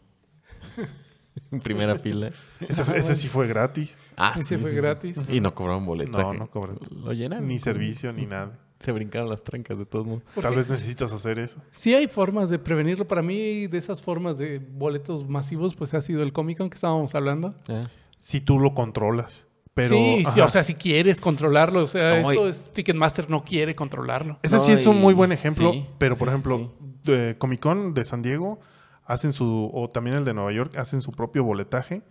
Speaker 4: en primera fila.
Speaker 2: Ese, ese
Speaker 3: Ah, bueno.
Speaker 2: sí fue gratis,
Speaker 4: Ah,
Speaker 3: Ese fue gratis.
Speaker 4: Y no cobraron boleto.
Speaker 2: No, no cobraron.
Speaker 4: Lo llenaron.
Speaker 2: ni servicio, ni nada.
Speaker 4: Se brincaron las trancas de todos modos.
Speaker 2: Tal vez necesitas hacer eso.
Speaker 3: Sí hay formas de prevenirlo. Para mí, de esas formas de boletos masivos, pues ha sido el Comic Con que estábamos hablando.
Speaker 4: Ah.
Speaker 2: Si tú lo controlas. Pero,
Speaker 3: sí, sí,
Speaker 2: ajá.
Speaker 3: o sea, si quieres controlarlo. O sea,
Speaker 4: No,
Speaker 3: esto
Speaker 4: y-
Speaker 3: es Ticketmaster no quiere controlarlo.
Speaker 2: Ese
Speaker 4: No,
Speaker 2: sí es un
Speaker 4: y-
Speaker 2: muy buen ejemplo,
Speaker 4: sí,
Speaker 2: pero
Speaker 4: sí,
Speaker 2: por
Speaker 4: sí,
Speaker 2: ejemplo, de Comic Con de San Diego hacen su, o también el de Nueva York, hacen su propio boletaje,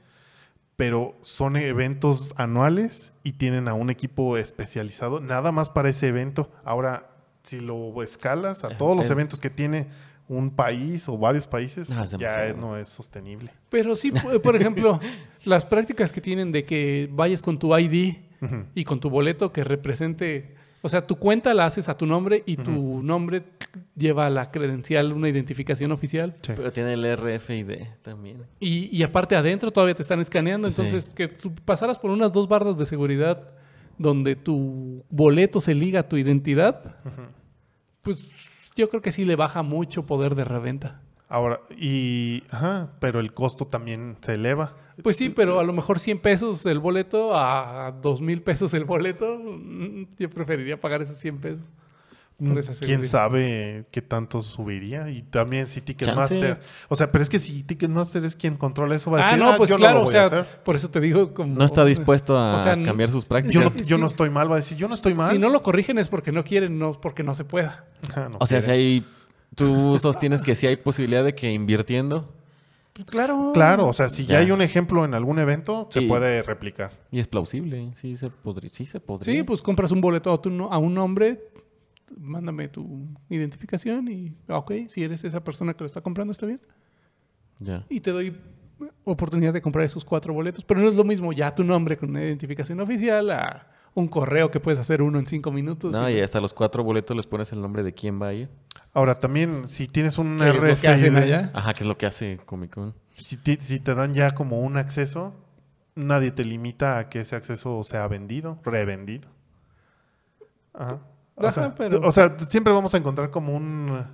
Speaker 2: pero son eventos anuales y tienen a un equipo especializado nada más para ese evento. Ahora, si lo escalas a todos los
Speaker 4: Es-
Speaker 2: eventos que tiene un país o varios países,
Speaker 4: Ah, es
Speaker 2: ya
Speaker 4: demasiado.
Speaker 2: no es sostenible.
Speaker 3: Pero sí, por por ejemplo, las prácticas que tienen de que vayas con tu ID
Speaker 2: Ujú.
Speaker 3: y con tu boleto que represente, o sea, tu cuenta la haces a tu nombre y tu nombre lleva la credencial, una identificación oficial.
Speaker 2: Sí.
Speaker 4: Pero tiene el RFID también.
Speaker 3: Y, y aparte adentro todavía te están escaneando,
Speaker 4: Sí.
Speaker 3: entonces que tú pasaras por unas dos barras de seguridad donde tu boleto se liga a tu identidad, pues yo creo que sí le baja mucho poder de reventa.
Speaker 2: Ahora, y, ajá, pero el costo también se eleva.
Speaker 3: Pues sí, pero a lo mejor 100 pesos el boleto a 2 mil pesos el boleto, mm, yo preferiría pagar esos 100 pesos. por esa
Speaker 2: Mm, quién
Speaker 3: seguridad.
Speaker 2: sabe qué tanto subiría y también si
Speaker 4: Chance.
Speaker 2: Ticketmaster o sea pero es que si Ticketmaster es quien controla eso va a
Speaker 3: Ah,
Speaker 2: decir
Speaker 3: no, pues
Speaker 2: yo no
Speaker 3: claro,
Speaker 2: lo
Speaker 3: o
Speaker 2: voy a hacer
Speaker 3: sea, por eso te digo como...
Speaker 4: No está dispuesto a
Speaker 3: O sea, n-
Speaker 4: cambiar sus
Speaker 2: yo,
Speaker 4: prácticas.
Speaker 2: no,
Speaker 3: sí,
Speaker 2: yo
Speaker 3: sí.
Speaker 2: no estoy mal va a decir yo no estoy mal
Speaker 3: Si no lo corrigen es porque no quieren, no porque no se pueda.
Speaker 2: Ajá, no
Speaker 4: o sea, si
Speaker 2: quiere.
Speaker 4: hay. Tú sostienes que sí hay posibilidad de que invirtiendo
Speaker 3: Claro.
Speaker 2: claro o sea si ya.
Speaker 4: Ya.
Speaker 2: hay un ejemplo en algún evento se
Speaker 4: Y-
Speaker 2: puede replicar
Speaker 4: Y es plausible, ¿eh? sí se podría. Sí, se podría.
Speaker 3: Sí, pues compras un boleto a, tu no- a un hombre, mándame tu identificación y, ah, ok, si eres esa persona que lo está comprando, está bien.
Speaker 4: Ya.
Speaker 3: Y te doy oportunidad de comprar esos cuatro boletos. Pero no es lo mismo ya tu nombre con una identificación oficial a un correo que puedes hacer uno en cinco minutos.
Speaker 4: No,
Speaker 3: y-
Speaker 4: y hasta los cuatro boletos les pones el nombre de quién va a ir.
Speaker 2: ahora también si tienes un
Speaker 3: ¿Qué es lo que
Speaker 2: RFID
Speaker 3: hacen
Speaker 2: Ah,
Speaker 3: allá?
Speaker 4: Ajá, que es lo que hace Comic Con.
Speaker 2: si ti- si te dan ya como un acceso nadie te limita a que ese acceso sea vendido revendido ajá o,
Speaker 3: Ajá,
Speaker 2: sea,
Speaker 3: pero-
Speaker 2: o sea, siempre vamos a encontrar como un,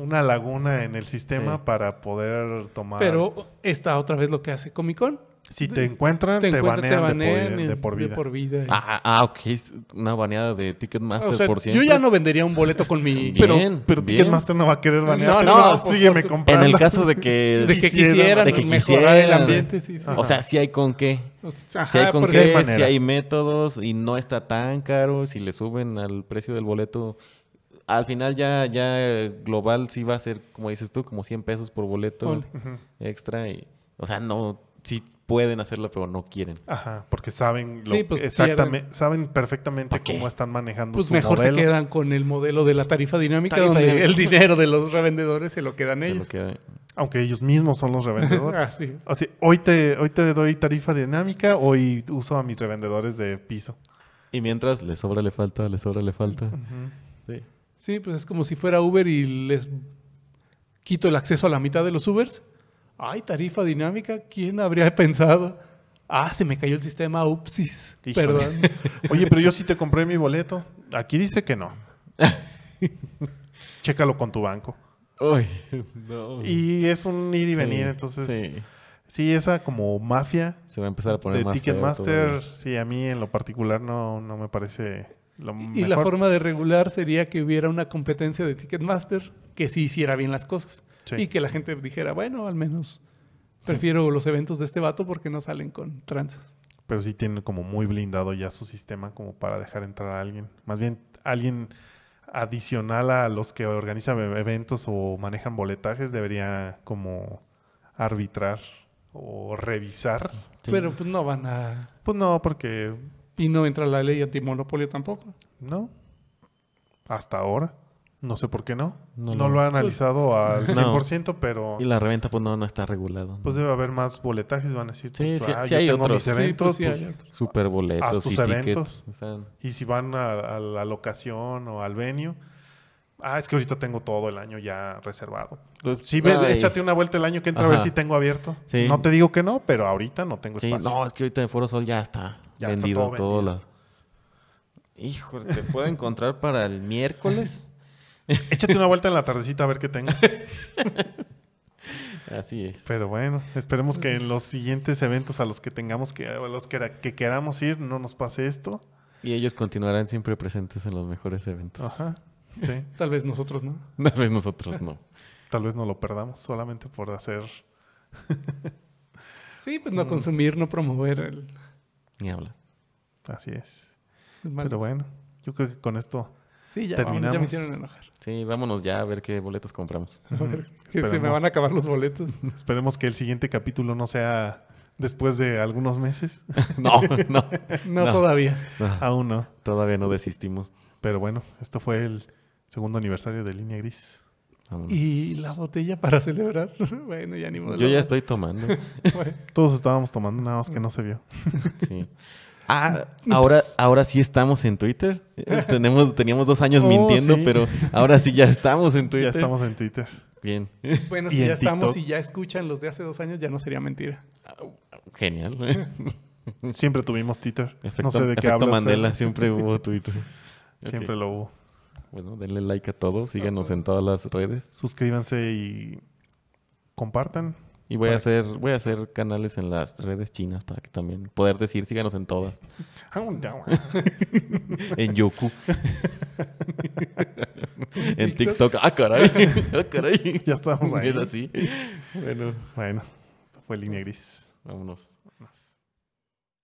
Speaker 2: una laguna en el sistema
Speaker 4: Sí.
Speaker 2: para poder tomar.
Speaker 3: Pero está otra vez lo que hace Comic Con.
Speaker 2: si te encuentran, te,
Speaker 3: encuentran,
Speaker 2: banean, de, por,
Speaker 3: y-
Speaker 2: de por vida.
Speaker 3: vida.
Speaker 4: Ah, ah, ok. es Una baneada de Ticketmaster
Speaker 3: O sea,
Speaker 4: por
Speaker 3: yo
Speaker 4: siempre.
Speaker 3: ya no vendería un boleto con mi...
Speaker 4: Bien,
Speaker 2: Pero, pero
Speaker 4: bien.
Speaker 2: Ticketmaster no va a querer banear.
Speaker 3: No,
Speaker 2: No,
Speaker 3: no,
Speaker 2: no,
Speaker 3: por
Speaker 2: sígueme
Speaker 3: supuesto.
Speaker 2: comprando.
Speaker 4: En el caso de que.
Speaker 3: de que
Speaker 2: quisieran,
Speaker 3: quisieran,
Speaker 4: de que
Speaker 3: mejorar el
Speaker 4: quisieran.
Speaker 3: ambiente. Sí, sí.
Speaker 4: O sea, si hay con qué.
Speaker 3: O sea,
Speaker 4: si hay
Speaker 3: ajá,
Speaker 4: con
Speaker 3: porque-
Speaker 2: sí hay
Speaker 4: qué, si
Speaker 2: manera.
Speaker 4: hay métodos y no está tan caro, si le suben al precio del boleto. Al final ya, ya eh, global sí va a ser, como dices tú, como 100 pesos por boleto
Speaker 3: Ponle.
Speaker 2: Ujú.
Speaker 4: extra. Y, o sea, no, sí pueden hacerlo, pero no quieren.
Speaker 2: Ajá, porque saben, lo-
Speaker 3: Sí, pues,
Speaker 2: exactamente, saben perfectamente
Speaker 4: ¿Pa' qué?
Speaker 2: cómo están manejando
Speaker 3: Pues
Speaker 2: su
Speaker 3: mejor
Speaker 2: modelo.
Speaker 3: se quedan con el modelo de la tarifa dinámica,
Speaker 4: Tarifa
Speaker 3: donde
Speaker 4: dinámica.
Speaker 3: el dinero de los revendedores se lo quedan
Speaker 4: Se lo
Speaker 3: ellos.
Speaker 4: queda-
Speaker 2: Aunque ellos mismos son los revendedores.
Speaker 3: Así es.
Speaker 2: Así, hoy te, hoy te doy tarifa dinámica, hoy uso a mis revendedores de piso.
Speaker 4: Y mientras, le sobra, le falta, le sobra, le falta. Sí.
Speaker 3: Sí, pues es como si fuera Uber y les quito el acceso a la mitad de los Ubers. Ay, tarifa dinámica, ¿quién habría pensado? Ah, se me cayó el sistema, upsis.
Speaker 2: Híjole.
Speaker 3: Perdón.
Speaker 2: Oye, pero yo sí te compré mi boleto. Aquí dice que no. Chécalo con tu banco.
Speaker 4: Uy, no.
Speaker 2: Y es un ir y venir,
Speaker 4: Sí,
Speaker 2: entonces. Sí.
Speaker 4: sí.
Speaker 2: esa como mafia
Speaker 4: Se va a empezar a poner
Speaker 2: de
Speaker 4: más feo
Speaker 2: Ticketmaster,
Speaker 4: todavía.
Speaker 2: sí, a mí en lo particular no, no me parece lo
Speaker 3: Y la
Speaker 2: mejor.
Speaker 3: forma de regular sería que hubiera una competencia de Ticketmaster que sí hiciera bien las cosas.
Speaker 2: Sí.
Speaker 3: Y que la gente dijera, bueno, al menos prefiero los eventos de este vato porque no salen con tranzas.
Speaker 2: Pero sí tiene como muy blindado ya su sistema como para dejar entrar a alguien. Más bien, alguien adicional a los que organizan e- eventos o manejan boletajes debería como arbitrar o revisar.
Speaker 4: Sí.
Speaker 3: Pero pues no van a...
Speaker 2: Pues no, porque
Speaker 3: Y no entra la ley antimonopolio tampoco.
Speaker 2: no. Hasta ahora. No sé por qué no.
Speaker 4: No,
Speaker 2: No,
Speaker 4: no.
Speaker 2: lo he analizado al
Speaker 4: No.
Speaker 2: 100%, pero
Speaker 4: Y la reventa, pues no, no está regulado.
Speaker 2: pues debe haber más boletajes. Van a decir,
Speaker 4: Sí,
Speaker 2: pues,
Speaker 4: sí-
Speaker 2: ah,
Speaker 4: sí
Speaker 2: yo
Speaker 4: hay
Speaker 2: tengo
Speaker 4: otros.
Speaker 2: mis
Speaker 4: Sí,
Speaker 3: pues,
Speaker 2: eventos.
Speaker 3: sí
Speaker 2: pues,
Speaker 3: hay
Speaker 4: Super
Speaker 2: Haz
Speaker 4: boletos
Speaker 2: tus
Speaker 4: y tickets.
Speaker 2: eventos.
Speaker 4: O sea,
Speaker 2: y si van a, a la locación o al venue, ah, es que ahorita tengo todo el año ya reservado. Sí, ve,
Speaker 4: Ay.
Speaker 2: échate una vuelta el año que entra a
Speaker 4: Ajá.
Speaker 2: ver si tengo abierto.
Speaker 4: Sí.
Speaker 2: No te digo que no, pero ahorita no tengo
Speaker 4: sí,
Speaker 2: espacio.
Speaker 4: no, es que ahorita en Foro Sol ya está
Speaker 2: Ya está
Speaker 4: vendido
Speaker 2: todo
Speaker 4: todo.
Speaker 2: vendido.
Speaker 4: la- Híjole, te puedo encontrar para el miércoles.
Speaker 2: Échate una vuelta en la tardecita a ver qué tengo.
Speaker 4: Así es.
Speaker 2: Pero bueno, esperemos que en los siguientes eventos a los que tengamos que, a los que, que queramos ir, no nos pase esto.
Speaker 4: Y ellos continuarán siempre presentes en los mejores eventos.
Speaker 2: Ajá. Sí.
Speaker 3: Tal vez nosotros no.
Speaker 4: Tal vez nosotros no.
Speaker 2: Tal vez no lo perdamos solamente por hacer.
Speaker 3: Sí, pues no
Speaker 2: Mm.
Speaker 3: consumir, no promover el,
Speaker 4: Ni hablar.
Speaker 2: Así es.
Speaker 3: el mal.
Speaker 2: Pero bueno, yo creo que con esto
Speaker 3: sí, ya, vámonos, ya me
Speaker 2: terminamos.
Speaker 3: hicieron enojar.
Speaker 4: Sí, vámonos ya a ver qué boletos compramos.
Speaker 3: A ver, que se me
Speaker 2: Esperemos.
Speaker 3: van a acabar los boletos.
Speaker 2: esperemos que el siguiente capítulo no sea después de algunos meses.
Speaker 4: No, no.
Speaker 3: No,
Speaker 4: No.
Speaker 3: todavía.
Speaker 4: no.
Speaker 2: Aún no.
Speaker 4: Todavía no desistimos.
Speaker 2: Pero bueno, esto fue el segundo aniversario de Línea Gris.
Speaker 4: Vámonos.
Speaker 3: Y la botella para celebrar. bueno, ya ni modo.
Speaker 4: Yo ya estoy tomando.
Speaker 3: Bueno,
Speaker 2: Todos estábamos tomando, nada más que no se vio.
Speaker 4: Sí. Ah, ahora, ahora sí estamos en Twitter. Eh, Tenemos, teníamos dos años
Speaker 2: Oh,
Speaker 4: mintiendo,
Speaker 2: sí.
Speaker 4: pero ahora sí ya estamos en
Speaker 2: Ya
Speaker 4: Twitter.
Speaker 2: estamos en Twitter.
Speaker 4: Bien.
Speaker 3: bueno,
Speaker 2: Y
Speaker 3: si
Speaker 2: en
Speaker 3: ya estamos
Speaker 2: TikTok.
Speaker 3: y ya escuchan los de hace dos años, ya no sería mentira.
Speaker 4: Genial. eh,
Speaker 2: Siempre tuvimos Twitter.
Speaker 4: Efecto,
Speaker 2: no sé de qué
Speaker 4: efecto
Speaker 2: hablas. Fer.
Speaker 4: Mandela, siempre hubo Twitter.
Speaker 2: Siempre
Speaker 4: Ok.
Speaker 2: lo hubo.
Speaker 4: Bueno, denle like a todos, síganos en todas las redes.
Speaker 2: Suscríbanse y compartan.
Speaker 4: Y voy a
Speaker 2: Para-
Speaker 4: hacer, voy a hacer canales en las redes chinas para que también poder decir síganos en todas. En Yoku. en TikTok. Ah, caray. Ah, caray.
Speaker 2: Ya estamos ahí.
Speaker 4: Es así. Bueno,
Speaker 2: Bueno, esto fue Línea Gris.
Speaker 4: vámonos.
Speaker 2: Vámonos.